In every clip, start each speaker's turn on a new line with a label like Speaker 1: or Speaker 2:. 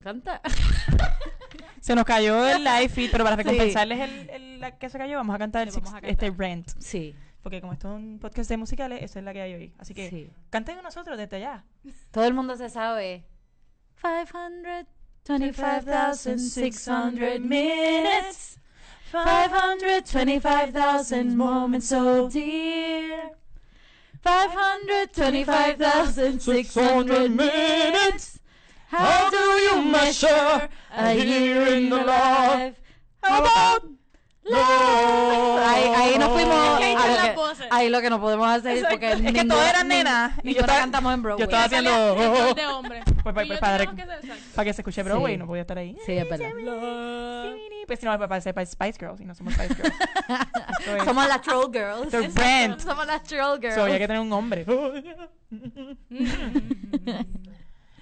Speaker 1: encanta.
Speaker 2: Se nos cayó el live feed, pero para
Speaker 1: Sí.
Speaker 2: recompensarles el, el- la que se cayó, vamos a cantar, el
Speaker 1: Le vamos
Speaker 2: six-
Speaker 1: a
Speaker 2: este
Speaker 1: cantar.
Speaker 2: Rent.
Speaker 1: Sí,
Speaker 2: Porque como esto es un podcast de musicales, esa es la que hay hoy. Así que
Speaker 1: sí.
Speaker 2: canten con nosotros desde allá.
Speaker 1: Todo el mundo se sabe. 525,600 minutes. 525,000 moments so dear. 525,600 minutes. How do you measure a year in the life? How about love? Ahí, ahí nos fuimos.
Speaker 3: Es que ahí
Speaker 1: a
Speaker 3: están
Speaker 1: lo
Speaker 3: las
Speaker 1: que-
Speaker 3: voces.
Speaker 1: ahí lo que no podemos hacer
Speaker 2: Exacto.
Speaker 1: porque
Speaker 2: Es que
Speaker 1: ninguna-
Speaker 2: todas eran
Speaker 1: ni-
Speaker 2: nenas, y yo
Speaker 1: ninguna
Speaker 2: estaba-
Speaker 1: cantamos en Broadway.
Speaker 2: yo estaba haciendo-
Speaker 3: Sale de hombre.
Speaker 2: Pues, pues, pues,
Speaker 3: Y yo
Speaker 2: padre.
Speaker 3: tengo que ser exacto.
Speaker 2: Para que se escuche Broadway,
Speaker 1: Sí.
Speaker 2: no podía estar ahí.
Speaker 1: Sí, es verdad.
Speaker 2: Pues si no, para ser Spice Girls y no somos Spice Girls. Esto es-
Speaker 1: Somos las troll girls.
Speaker 2: The Brand.
Speaker 1: Somos las troll girls.
Speaker 2: So, había que tener un hombre.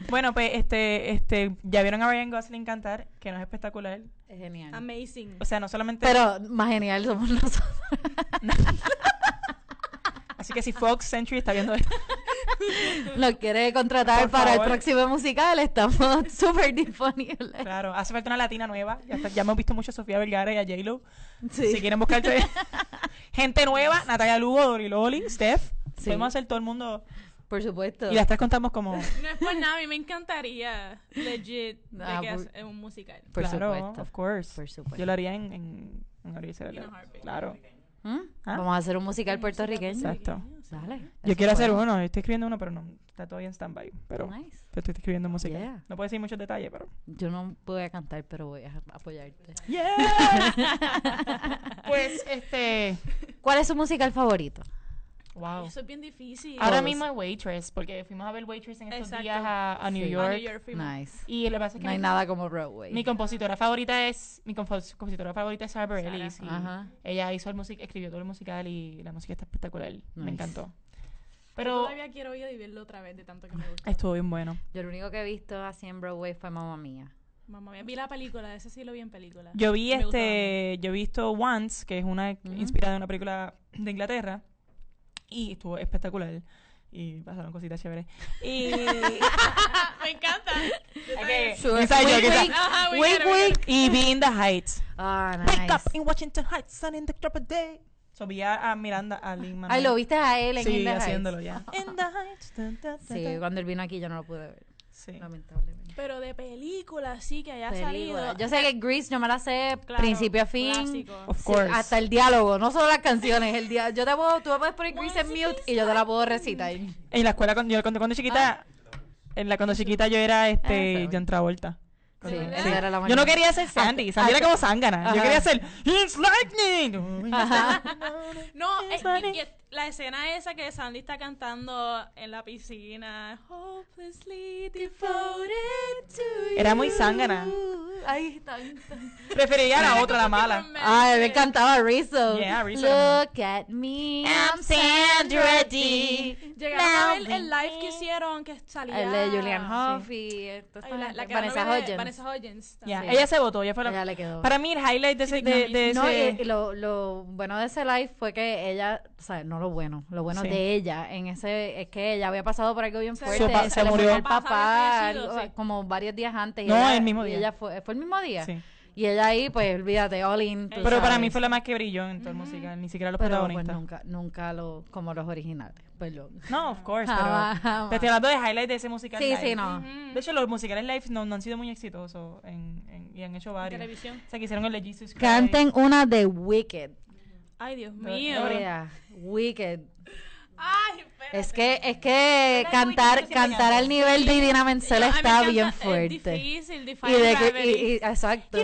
Speaker 2: bueno, pues este, este, ya vieron a Ryan Gosling cantar, que no es espectacular.
Speaker 1: Es genial.
Speaker 3: Amazing.
Speaker 2: O sea, no solamente.
Speaker 1: Pero más genial somos nosotros.
Speaker 2: Así que si Fox Century está viendo esto,
Speaker 1: Nos quiere contratar
Speaker 2: Por
Speaker 1: para el
Speaker 2: favor.
Speaker 1: próximo musical, estamos súper disponibles.
Speaker 2: claro, hace falta una latina nueva. Ya, está- ya hemos visto mucho a Sofía Vergara y a J-Lo. Si
Speaker 1: Sí.
Speaker 2: quieren buscar gente nueva, Natalia Lugo, Dori Loli, Steph.
Speaker 1: Sí.
Speaker 2: Podemos hacer todo el mundo.
Speaker 1: Por supuesto.
Speaker 2: Y las tres contamos como.
Speaker 3: No es por nada, a mí me encantaría legit de
Speaker 1: Ah,
Speaker 3: que
Speaker 1: por-
Speaker 3: hace- un musical.
Speaker 1: Por
Speaker 2: claro,
Speaker 1: supuesto.
Speaker 2: of course.
Speaker 1: Por supuesto.
Speaker 2: Yo lo haría en. en, en Gabriel Cerebro.
Speaker 3: In a heartbeat.
Speaker 2: Claro,
Speaker 1: ¿Mm?
Speaker 2: ¿Ah?
Speaker 1: Vamos a hacer un musical puertorriqueño.
Speaker 2: exacto.
Speaker 1: Dale.
Speaker 2: Yo
Speaker 1: eso
Speaker 2: quiero hacer
Speaker 1: podemos.
Speaker 2: uno, estoy escribiendo uno, pero no, está todavía en stand-by. Pero
Speaker 1: Nice.
Speaker 2: te estoy escribiendo música.
Speaker 1: Yeah.
Speaker 2: No puedo decir muchos detalles, pero.
Speaker 1: Yo no voy a cantar, pero voy a apoyarte.
Speaker 2: pues este.
Speaker 1: ¿Cuál es su musical favorito?
Speaker 2: Wow.
Speaker 3: Eso es bien difícil.
Speaker 2: Ahora
Speaker 1: Todos.
Speaker 2: mismo es Waitress, porque fuimos a ver Waitress en estos
Speaker 3: Exacto.
Speaker 2: días a, a New
Speaker 1: Sí.
Speaker 2: York.
Speaker 3: A New York fuimos.
Speaker 1: Nice.
Speaker 2: Y lo que pasa es que
Speaker 1: No hay
Speaker 2: mi,
Speaker 1: nada como Broadway.
Speaker 2: mi compositora favorita es. Mi compos- compositora favorita es Sarah
Speaker 3: Sarah.
Speaker 2: Bareilles. y
Speaker 1: Ajá.
Speaker 2: Ella hizo el music, escribió todo el musical y la música está espectacular. Me
Speaker 1: Nice.
Speaker 2: encantó.
Speaker 3: Yo
Speaker 2: Pero
Speaker 3: Todavía quiero ir a vivirlo otra vez de tanto que me gusta.
Speaker 2: estuvo bien bueno.
Speaker 1: Yo lo único que he visto así en Broadway fue Mamma Mía.
Speaker 3: Mamá mía. Vi la película, de ese sí lo vi en película.
Speaker 2: Yo vi
Speaker 3: Me gustaba
Speaker 2: este, yo he visto Once, que es una
Speaker 1: Ujú.
Speaker 2: inspirada en una película de Inglaterra y estuvo espectacular y pasaron cositas chéveres. Y
Speaker 3: me encanta. Yo
Speaker 2: Okay.
Speaker 3: también.
Speaker 1: Sure.
Speaker 2: Inside
Speaker 1: Wink,
Speaker 2: joke,
Speaker 1: wink.
Speaker 2: inside-
Speaker 3: Ajá, Ah, we
Speaker 2: Wink,
Speaker 3: get it, we
Speaker 2: wink. y vi in the Heights.
Speaker 1: Ah,
Speaker 2: Wake up
Speaker 1: nice.
Speaker 2: in Washington Heights, sun in the drop of day. So vi a, a Miranda, a Lin
Speaker 1: Ay, lo viste a él en
Speaker 2: Sí,
Speaker 1: In the Heights?
Speaker 2: haciéndolo ya. In the Heights. dun, dun, dun,
Speaker 1: Sí,
Speaker 2: dun.
Speaker 1: cuando él vino aquí yo no lo pude ver,
Speaker 2: Sí.
Speaker 1: lamentablemente.
Speaker 3: Pero de película sí que haya
Speaker 1: Película.
Speaker 3: salido.
Speaker 1: Yo sé que Grease yo me la sé
Speaker 3: Claro,
Speaker 1: principio a fin.
Speaker 3: clásico.
Speaker 2: Of
Speaker 1: Sí,
Speaker 2: course.
Speaker 1: hasta el diálogo, no solo las canciones, el dia- yo te puedo, tú me puedes poner Grease en mute y yo te la puedo recitar.
Speaker 2: En la escuela cuando yo cuando, cuando chiquita, en la cuando chiquita yo era
Speaker 1: Ah,
Speaker 2: este
Speaker 1: está
Speaker 2: John Travolta.
Speaker 1: Sí,
Speaker 2: Sí.
Speaker 1: esa era la
Speaker 2: Yo no
Speaker 1: mañana.
Speaker 2: quería ser Sandy, Sandy
Speaker 1: ah,
Speaker 2: era como Sangana. Yo
Speaker 1: ajá.
Speaker 2: quería ser It's Lightning.
Speaker 3: No,
Speaker 2: Sí,
Speaker 3: eh,
Speaker 2: Sandy.
Speaker 3: y- y la escena esa que Sandy está cantando en la piscina. Hopelessly devoted to you.
Speaker 2: Era muy Sangana.
Speaker 1: Ay, tan- tan-
Speaker 2: Prefería la
Speaker 3: Era
Speaker 2: otra, la
Speaker 3: como
Speaker 2: mala.
Speaker 3: que
Speaker 1: Ay, me encantaba Rizzo.
Speaker 2: Yeah, Rizzo era
Speaker 1: Look at me, I'm Sandra D.
Speaker 3: Llegaron a ver
Speaker 1: Now
Speaker 3: el live que hicieron que salía.
Speaker 1: El de Julian Hoff
Speaker 3: Sí.
Speaker 1: y esta
Speaker 3: Ay, la- la
Speaker 1: gente,
Speaker 3: que era
Speaker 1: Vanessa
Speaker 3: novia de
Speaker 1: Hudgens.
Speaker 3: Vanessa Hudgens.
Speaker 2: Yeah,
Speaker 1: Sí.
Speaker 2: Ella se votó, ella fue la-
Speaker 1: Ella le quedó.
Speaker 2: Para mí el highlight de ese, de, de
Speaker 1: no,
Speaker 2: ese-
Speaker 1: y- y lo, lo bueno de ese live fue que ella, o sea, no lo bueno, lo bueno
Speaker 2: Sí.
Speaker 1: de ella en ese es que ella había pasado por algo bien
Speaker 3: Se-
Speaker 1: fuerte,
Speaker 2: Su pa-
Speaker 1: se,
Speaker 2: se
Speaker 1: le
Speaker 2: murió.
Speaker 1: murió el
Speaker 3: Papá,
Speaker 1: papá
Speaker 3: había fallecido,
Speaker 1: algo,
Speaker 3: sí.
Speaker 1: como varios días antes. y
Speaker 2: No,
Speaker 1: ella-
Speaker 2: el mismo
Speaker 1: y
Speaker 2: día.
Speaker 1: ella fue, fue el mismo día.
Speaker 2: Sí.
Speaker 1: Y ella ahí, pues, olvídate, all in, tú
Speaker 2: Pero para
Speaker 1: sabes.
Speaker 2: mí fue la más que brilló en todo el musical, ni siquiera los
Speaker 1: Pero, pues,
Speaker 2: protagonistas.
Speaker 1: nunca, nunca lo, como los originales, perdón.
Speaker 2: No, of course,
Speaker 1: Jamás,
Speaker 2: pero
Speaker 1: jamás.
Speaker 2: te estoy hablando de highlight de ese musical
Speaker 1: Ah, Sí,
Speaker 2: live.
Speaker 1: sí, no.
Speaker 2: De hecho, los musicales live no, no han sido muy exitosos en, en- y han hecho varios.
Speaker 3: televisión.
Speaker 2: O sea, que hicieron el de Jesus Christ.
Speaker 1: Canten una de Wicked.
Speaker 3: Ay, Dios
Speaker 2: mío.
Speaker 3: mío.
Speaker 1: Brea, Wicked.
Speaker 3: Ay, espérate.
Speaker 1: Es que, es que
Speaker 2: Era muy
Speaker 1: cantar,
Speaker 2: difícil
Speaker 1: cantar al nivel de Idina Menzel
Speaker 3: Yo- a mí me
Speaker 1: está
Speaker 3: encanta-
Speaker 1: bien
Speaker 3: es
Speaker 1: fuerte.
Speaker 3: difícil,
Speaker 1: y
Speaker 3: Define
Speaker 1: de que
Speaker 3: Gravity.
Speaker 1: y- y- exacto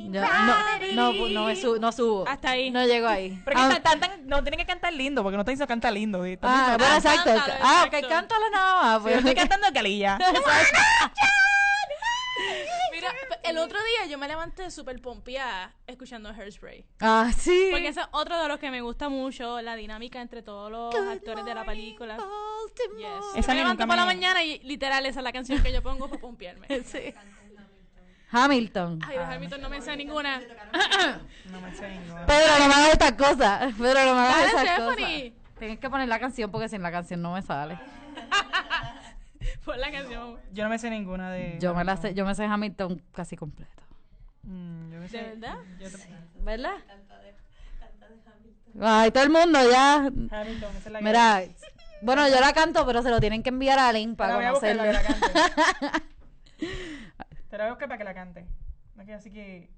Speaker 1: Yo- no, no no me su- no subo
Speaker 3: Hasta ahí.
Speaker 1: no llego ahí
Speaker 2: Pero que
Speaker 1: Ah,
Speaker 2: cantan- cantan- no tienen que cantar lindo, porque no están diciendo cantar lindo. Están
Speaker 1: ah,
Speaker 2: diciendo,
Speaker 1: bueno,
Speaker 2: "Ah,
Speaker 1: exacto
Speaker 3: cántalo,
Speaker 1: ah
Speaker 3: exacto.
Speaker 1: ok cántalo nada más
Speaker 2: yo
Speaker 1: pues.
Speaker 2: estoy cantando calilla.
Speaker 3: Mira, el otro día yo me levanté súper pompeada escuchando Hairspray.
Speaker 1: ah sí
Speaker 3: Porque ese es otro de los que me gusta mucho, la dinámica entre todos los actores de la película. Yes. Yo
Speaker 2: Esa
Speaker 3: me
Speaker 2: ni
Speaker 3: levanto
Speaker 2: nunca
Speaker 3: por la
Speaker 2: me-
Speaker 3: mañana y literal esa es la canción que yo pongo para pompearme. Ay,
Speaker 1: Sí. Hamilton
Speaker 3: de Hamilton no me sé ninguna.
Speaker 2: No me sé ninguna.
Speaker 1: Pedro no me hagas estas cosas Pedro no me hagas
Speaker 3: Dale,
Speaker 1: estas cosas
Speaker 3: Stephanie.
Speaker 1: tienes que poner la canción porque sin la canción no me sale
Speaker 3: Por la canción.
Speaker 2: Yo no me sé ninguna de.
Speaker 1: Yo me, la sé, yo me sé Hamilton casi completo.
Speaker 2: Mm, yo me sé-
Speaker 3: ¿De verdad?
Speaker 2: yo te-
Speaker 1: ¿Verdad? Ay, todo el mundo ya.
Speaker 2: Hamilton, esa es la que-
Speaker 1: Mira, bueno, yo la canto, pero se lo tienen que enviar a Link
Speaker 2: Te la
Speaker 1: para
Speaker 2: voy a buscar
Speaker 1: conocerlo.
Speaker 2: para que la cante. Te la voy a buscar para que la cante. Ok, Así que.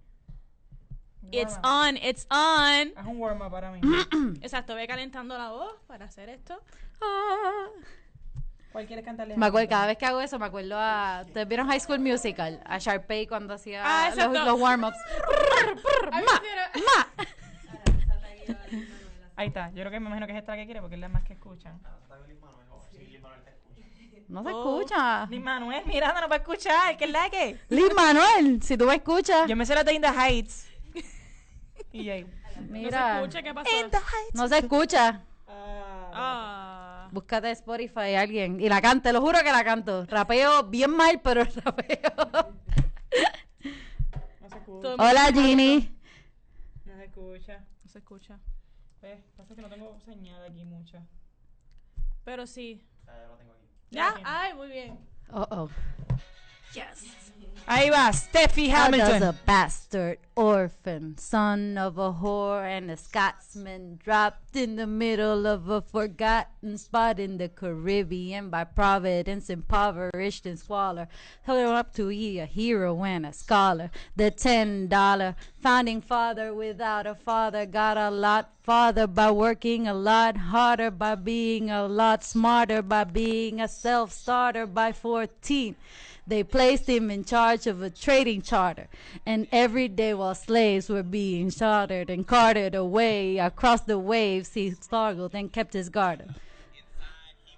Speaker 3: It's
Speaker 2: warm up.
Speaker 3: on, it's on.
Speaker 2: Haz un warm up para mí.
Speaker 1: Mm.
Speaker 3: Exacto, ve calentando la voz para hacer esto.
Speaker 1: Ah.
Speaker 2: ¿Cuál quieres cantarle?
Speaker 1: Me acuerdo,
Speaker 2: Hamilton?
Speaker 1: cada vez que hago eso, me acuerdo a. ¿Ustedes vieron High School Musical? A Sharpay cuando hacía
Speaker 3: Ah,
Speaker 1: los,
Speaker 3: exacto.
Speaker 1: los warm-ups. Prr, prr,
Speaker 3: A mí
Speaker 1: ma,
Speaker 3: quiero-
Speaker 1: ma.
Speaker 2: Ahí está. Yo creo que me imagino que es esta la que quiere porque es la más que escuchan.
Speaker 1: No se
Speaker 3: Oh.
Speaker 1: escucha.
Speaker 2: Luis Manuel Miranda no va a escuchar. ¿Qué es la que?
Speaker 1: Liz Manuel, si tú me escuchas.
Speaker 2: Yo me sé la de In the Heights. y ahí.
Speaker 3: No
Speaker 1: Mira,
Speaker 3: se escucha qué pasó.
Speaker 1: no se escucha.
Speaker 3: Ah.
Speaker 1: Búscate Spotify a alguien. Y la cante, lo juro que la canto. Rapeo bien mal, pero rapeo.
Speaker 2: No se escucha.
Speaker 3: Todo-
Speaker 1: Hola, Ginny.
Speaker 2: No se escucha.
Speaker 3: No se escucha.
Speaker 2: Eh, pasa que no tengo señal aquí mucho.
Speaker 3: Pero sí.
Speaker 2: Ya
Speaker 3: ¿Ya?
Speaker 2: la tengo.
Speaker 3: Ay, muy bien.
Speaker 1: Oh, oh.
Speaker 2: Ahí va, Steffi
Speaker 1: How does
Speaker 2: Hamilton.
Speaker 1: a bastard orphan, son of a whore and a Scotsman, dropped in the middle of a forgotten spot in the Caribbean by providence, impoverished and squalor, held up to be a hero and a scholar? The ten dollar founding father without a father got a lot farther by working a lot harder, by being a lot smarter, by being a self starter by 14. They placed him in charge of a trading charter, and every day while slaves were being chartered and carted away across the waves, he struggled and kept his guard up.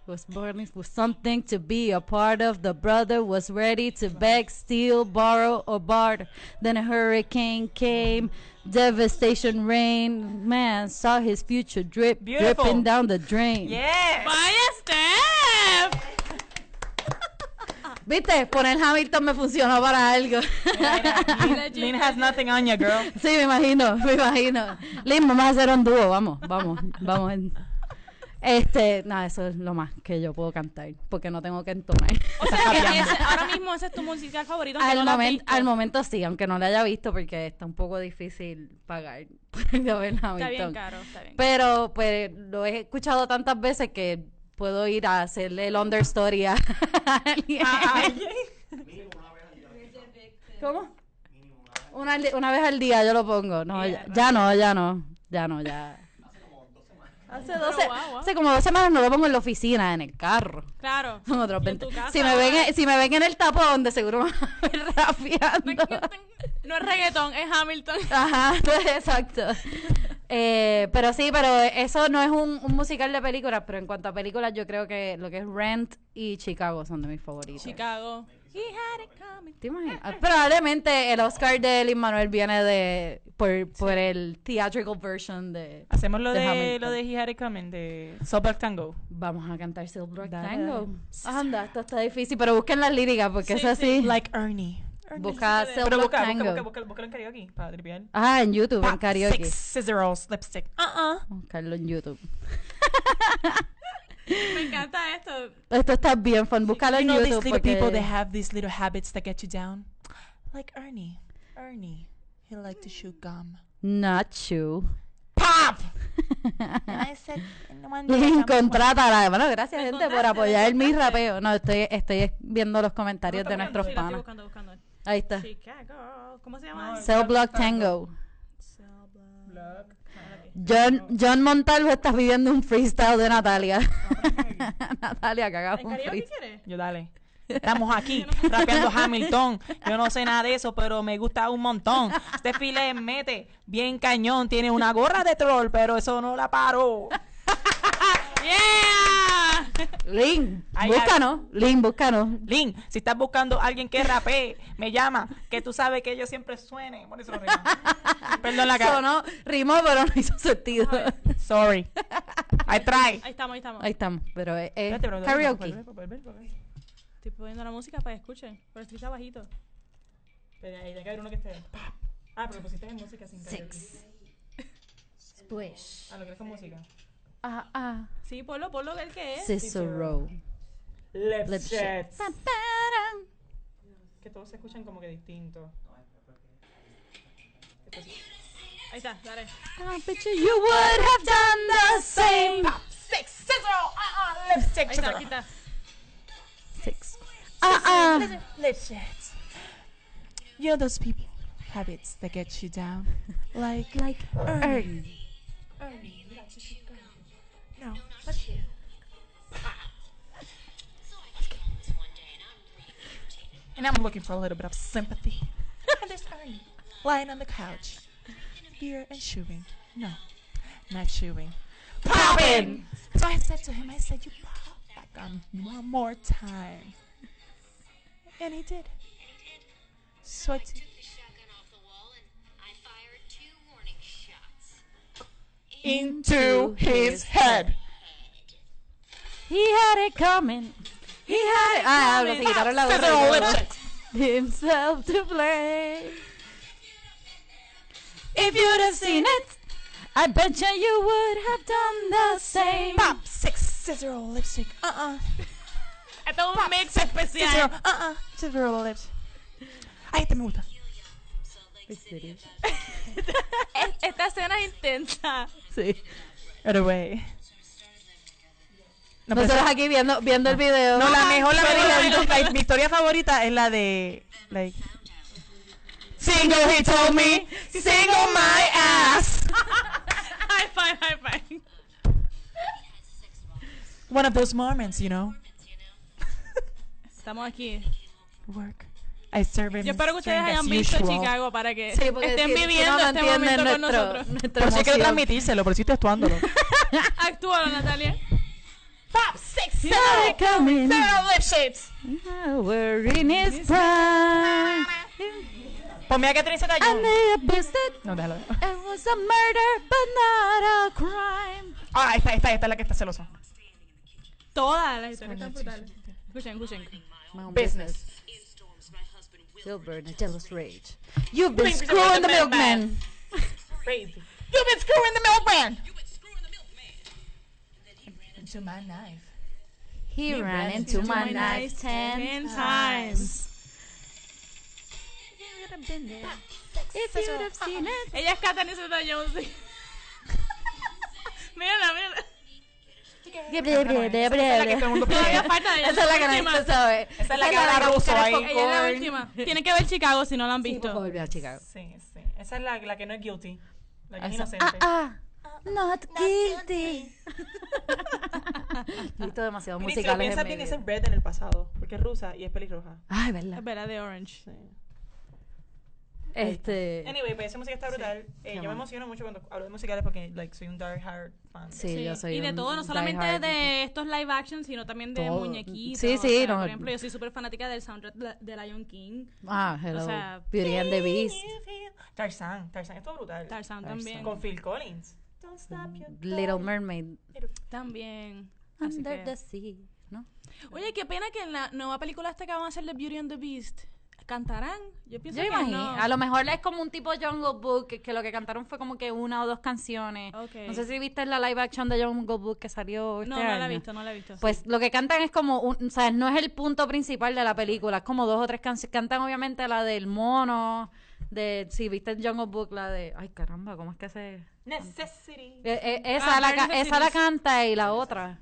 Speaker 1: Was born with something to be a part of. The brother was ready to beg, steal, borrow, or barter. Then a hurricane came, devastation reigned. Man saw his future drip,
Speaker 2: Beautiful.
Speaker 1: dripping down the drain.
Speaker 2: Yes.
Speaker 3: ¡Vaya, Steph!
Speaker 1: Viste, poner Hamilton me funcionó para algo.
Speaker 2: Lena, Lena has nothing on you, girl.
Speaker 1: Sí, me imagino, me imagino. Liz, vamos a hacer un dúo, vamos, vamos, vamos. Este, nada, eso es lo más que yo puedo cantar, porque no tengo que entonar.
Speaker 3: O sea, que ese- ahora mismo ese es tu musical favorito. aunque
Speaker 1: Al,
Speaker 3: no lo has
Speaker 1: momen-
Speaker 3: visto.
Speaker 1: al momento sí, aunque no lo haya visto, porque está un poco difícil pagar por ir a ver
Speaker 3: Está bien
Speaker 1: Hamilton.
Speaker 3: caro, está bien.
Speaker 1: Pero pues lo he escuchado tantas veces que puedo ir a hacerle el understory a alguien.
Speaker 3: Ah,
Speaker 1: ¿Cómo? Una, al di- una vez al día yo lo pongo. No, ya, ya no, ya no. Ya no, ya. Hace
Speaker 3: Pero
Speaker 1: dos se-
Speaker 3: guau, guau.
Speaker 1: hace como dos semanas no lo pongo en la oficina, en el carro.
Speaker 3: Claro.
Speaker 1: Son otros
Speaker 3: Y en
Speaker 1: 20.
Speaker 3: tu casa,
Speaker 1: Si me, ven, en- si me ven en el tapón, de seguro me van a ver rapeando.
Speaker 3: No es reggaetón, es Hamilton.
Speaker 1: Ajá, exacto. Eh, pero sí, pero eso no es un, un musical de películas, pero en cuanto a películas, yo creo que lo que es Rent y Chicago son de mis favoritos.
Speaker 3: Chicago. He had it coming.
Speaker 1: ¿Te imaginas? Ah, Probablemente el Oscar de Lin Manuel viene de por, por el theatrical version de
Speaker 2: Hacemos lo
Speaker 1: De
Speaker 2: de,
Speaker 1: Hamilton.
Speaker 2: lo de He Had It Coming, de Soulback Tango.
Speaker 1: Vamos a cantar Silver
Speaker 2: Dale,
Speaker 1: Tango. Anda, esto está difícil, pero busquen las líricas porque es así.
Speaker 2: Ah, Like Ernie.
Speaker 1: Busca
Speaker 3: Pero
Speaker 1: Silver
Speaker 2: Pero busca,
Speaker 1: Tango.
Speaker 2: busca, busca, busca, búscalo en karaoke para tripear.
Speaker 1: Ah, en YouTube, en karaoke.
Speaker 2: Six scissor rolls, lipstick. Uh-uh.
Speaker 1: Buscarlo en YouTube.
Speaker 3: Me encanta esto.
Speaker 1: Esto está bien fun. Búscalo
Speaker 2: You
Speaker 1: en
Speaker 2: know these
Speaker 1: YouTube.
Speaker 2: little people, they
Speaker 1: Porque...
Speaker 2: have these little habits that get you down. Like Ernie. Ernie, he liked to chew gum.
Speaker 1: Not you.
Speaker 2: Pop!
Speaker 4: And I said, and one day
Speaker 1: Lin,
Speaker 4: someone-
Speaker 1: contrátala. Bueno, gracias,
Speaker 3: Me
Speaker 1: gente, por
Speaker 3: encontraste,
Speaker 1: apoyar
Speaker 3: me
Speaker 1: mi
Speaker 3: encontraste.
Speaker 1: rapeo. No, estoy, estoy viendo los comentarios
Speaker 2: No,
Speaker 1: de
Speaker 2: está
Speaker 1: nuestros
Speaker 3: Sí, lo estoy
Speaker 1: panas.
Speaker 3: buscando, buscando.
Speaker 1: Ahí está. Ah,
Speaker 3: Chicago. ¿Cómo se llama?
Speaker 2: No,
Speaker 1: Cell Block Tango. John, John Montalvo está viviendo un freestyle de Natalia. Natalia, cagamos
Speaker 3: ¿En
Speaker 1: un
Speaker 3: karaoke
Speaker 1: freestyle.
Speaker 3: quieres?
Speaker 2: Yo dale. Estamos aquí rapeando Hamilton. Yo no sé nada de eso, pero me gusta un montón. Este file mete bien cañón. Tiene una gorra de troll, pero eso no la paró.
Speaker 3: ¡Yeah!
Speaker 1: Lin,
Speaker 2: Ay,
Speaker 1: búscanos. Lin, búscanos.
Speaker 2: Lin, si estás buscando a alguien que rapee, me llama. Que tú sabes que yo siempre suene. Bueno, eso no rima. Perdón la cara.
Speaker 1: Sonó, rimó, pero no hizo sentido.
Speaker 2: Sorry. I try.
Speaker 3: Ahí estamos, ahí estamos.
Speaker 1: Ahí estamos, pero es, es
Speaker 2: Espérate, pero-
Speaker 1: karaoke.
Speaker 3: Estoy poniendo la música para que escuchen. Pero estoy está bajito.
Speaker 2: Espera, ahí tiene que haber uno que esté. Ah, pero pusiste en música sin querer.
Speaker 1: Six. Splish.
Speaker 2: Ah, lo que es con música.
Speaker 1: Ah, ah.
Speaker 3: Sí, ponlo, ponlo el que es.
Speaker 1: Cicero.
Speaker 2: Left,
Speaker 1: Left
Speaker 2: Sheds.
Speaker 1: Sheds. Pa, param.
Speaker 2: Que todos se escuchan como que distinto.
Speaker 3: Ahí está, dale.
Speaker 1: I bet you you would have done the same.
Speaker 2: Six, six, oh, ah, ah, Left
Speaker 3: Ahí
Speaker 2: Sheds.
Speaker 3: está, aquí está.
Speaker 1: Six. Ah, ah.
Speaker 2: Left Sheds. You know those people. Habits that get you down. Like, er.
Speaker 1: Like Ernie.
Speaker 2: no. And I'm looking for a little bit of sympathy. and there's Ernie, lying on the couch, beer and chewing. No, not chewing. Popping! So I said to him, I said, you pop back on one more time. And he did. So I
Speaker 5: I
Speaker 2: t-
Speaker 5: took the shotgun off the wall and I fired two warning shots.
Speaker 2: into his head.
Speaker 1: He had it coming. He had it. Ah, no se quitaron la
Speaker 2: Scissor or lip
Speaker 1: gorra.
Speaker 2: check.
Speaker 1: Himself to blame. If you'd have seen it, I bet you you would have done the same.
Speaker 2: Pop, six, scissor, or lipstick. Uh-uh.
Speaker 3: Esto es un mix
Speaker 2: Scissor,
Speaker 3: especial.
Speaker 2: uh-uh. Scissor, or lips. Ay, te me gusta.
Speaker 3: Es- Esta escena es intensa.
Speaker 1: Sí.
Speaker 2: Right away. No,
Speaker 1: Nosotros aquí viendo, viendo el video.
Speaker 2: No, la mejor, la
Speaker 1: Pero-
Speaker 2: mejor. la- la- mi historia favorita es la de. Like. Single, he told me. Single, my ass.
Speaker 3: High five, high five.
Speaker 2: One of those moments, you know.
Speaker 3: Estamos aquí.
Speaker 2: Work. I serve him.
Speaker 3: Yo espero que ustedes
Speaker 2: drink as
Speaker 3: hayan visto
Speaker 2: usual.
Speaker 3: Chicago para que
Speaker 1: Sí, porque
Speaker 3: estén
Speaker 1: si- si
Speaker 3: viviendo
Speaker 1: no, no
Speaker 3: este
Speaker 1: entienden
Speaker 3: momento con
Speaker 1: nuestro-
Speaker 3: nosotros.
Speaker 1: nuestra
Speaker 2: Pero sí quiero
Speaker 1: emoción.
Speaker 2: transmitírselo, pero sí estoy actuándolo.
Speaker 3: Actúalo, Natalia.
Speaker 2: Pop, six,
Speaker 1: He had it coming.
Speaker 2: lip shades.
Speaker 1: Now we're in his prime.
Speaker 2: Ponme a Catherine Zeta
Speaker 1: And
Speaker 2: Jones.
Speaker 1: they abused it.
Speaker 2: No, déjalo.
Speaker 1: It was a murder, but not a crime.
Speaker 2: Ah, esta, esta, esta es la que está celosa.
Speaker 3: Todas las historias están brutales. Escuchen, escuchen.
Speaker 1: My own
Speaker 2: Business.
Speaker 5: In storms, my husband will
Speaker 1: Silver in a jealous rage. You've been screwing the milkman.
Speaker 2: Crazy. You've been screwing the milkman. Into my knife.
Speaker 1: He, ran into my knife ten, times. If you'd have seen it,
Speaker 3: Ella es Katherine Zeta Jones. mírala, mírala.
Speaker 1: ah.
Speaker 2: es la que todo el mundo
Speaker 3: Todavía
Speaker 2: quiere.
Speaker 3: falta ella.
Speaker 1: Esa es la que
Speaker 3: última.
Speaker 1: nadie sabe.
Speaker 2: Esa es la que habla ruso ahí.
Speaker 3: Ella es la última. Tienen que ver Chicago si no la han
Speaker 1: Visto.
Speaker 3: visto.
Speaker 1: a Chicago.
Speaker 2: Sí, sí. Esa es la, la que no es guilty. La que es
Speaker 1: Esa-
Speaker 2: inocente.
Speaker 1: Ah, ah. Not guilty. Listo, demasiado
Speaker 2: Mira, y si lo
Speaker 1: musical.
Speaker 2: piensas bien, esa es Red en el pasado, porque es rusa y es pelirroja.
Speaker 1: Ay,
Speaker 3: Es
Speaker 1: verdad.
Speaker 3: verdad, de Orange.
Speaker 2: Sí.
Speaker 1: Este.
Speaker 2: Anyway, pues esa música está brutal. Eh, yo me
Speaker 1: bueno.
Speaker 2: emociono mucho cuando hablo de musicales porque like, soy un die hard fan.
Speaker 1: Sí, yo soy
Speaker 3: y de
Speaker 1: un
Speaker 3: todo, no solamente
Speaker 1: diehard.
Speaker 3: de estos live action, sino también de
Speaker 1: Todo.
Speaker 3: muñequitos.
Speaker 1: Sí, sí,
Speaker 3: o sea,
Speaker 1: no.
Speaker 3: Por ejemplo, yo soy súper fanática del soundtrack de- de Lion King,
Speaker 1: Ah, hello.
Speaker 3: o sea,
Speaker 1: Beauty and the Beast.
Speaker 2: Tarzan, Tarzan es todo brutal.
Speaker 3: Tarzan
Speaker 1: Tarzán.
Speaker 3: también.
Speaker 2: Con Phil Collins. Don't stop your
Speaker 1: Mm, Little Mermaid.
Speaker 3: También. Así
Speaker 1: Under
Speaker 3: que-
Speaker 1: the sea. ¿No?
Speaker 3: Oye, qué pena que en la nueva película esta que van a hacer de Beauty and the Beast, ¿cantarán? Yo pienso
Speaker 1: Yo
Speaker 3: que
Speaker 1: imagino.
Speaker 3: no.
Speaker 1: A lo mejor es como un tipo Jungle Book, que, que lo que cantaron fue como que una o dos canciones.
Speaker 3: Ok.
Speaker 1: No sé si viste la live action de Jungle Book que salió este
Speaker 3: No, no la he
Speaker 1: año.
Speaker 3: visto, no la he visto.
Speaker 1: Pues lo que cantan es como, un, o sea, no es el punto principal de la película, es como dos o tres canciones. Cantan obviamente la del mono, de, si viste en Jungle Book, la de, ay caramba, ¿cómo es que se...?
Speaker 2: Necessity.
Speaker 1: Eh, eh, esa,
Speaker 3: Ah,
Speaker 1: la, ca-
Speaker 3: Necessities.
Speaker 1: esa la canta y la otra.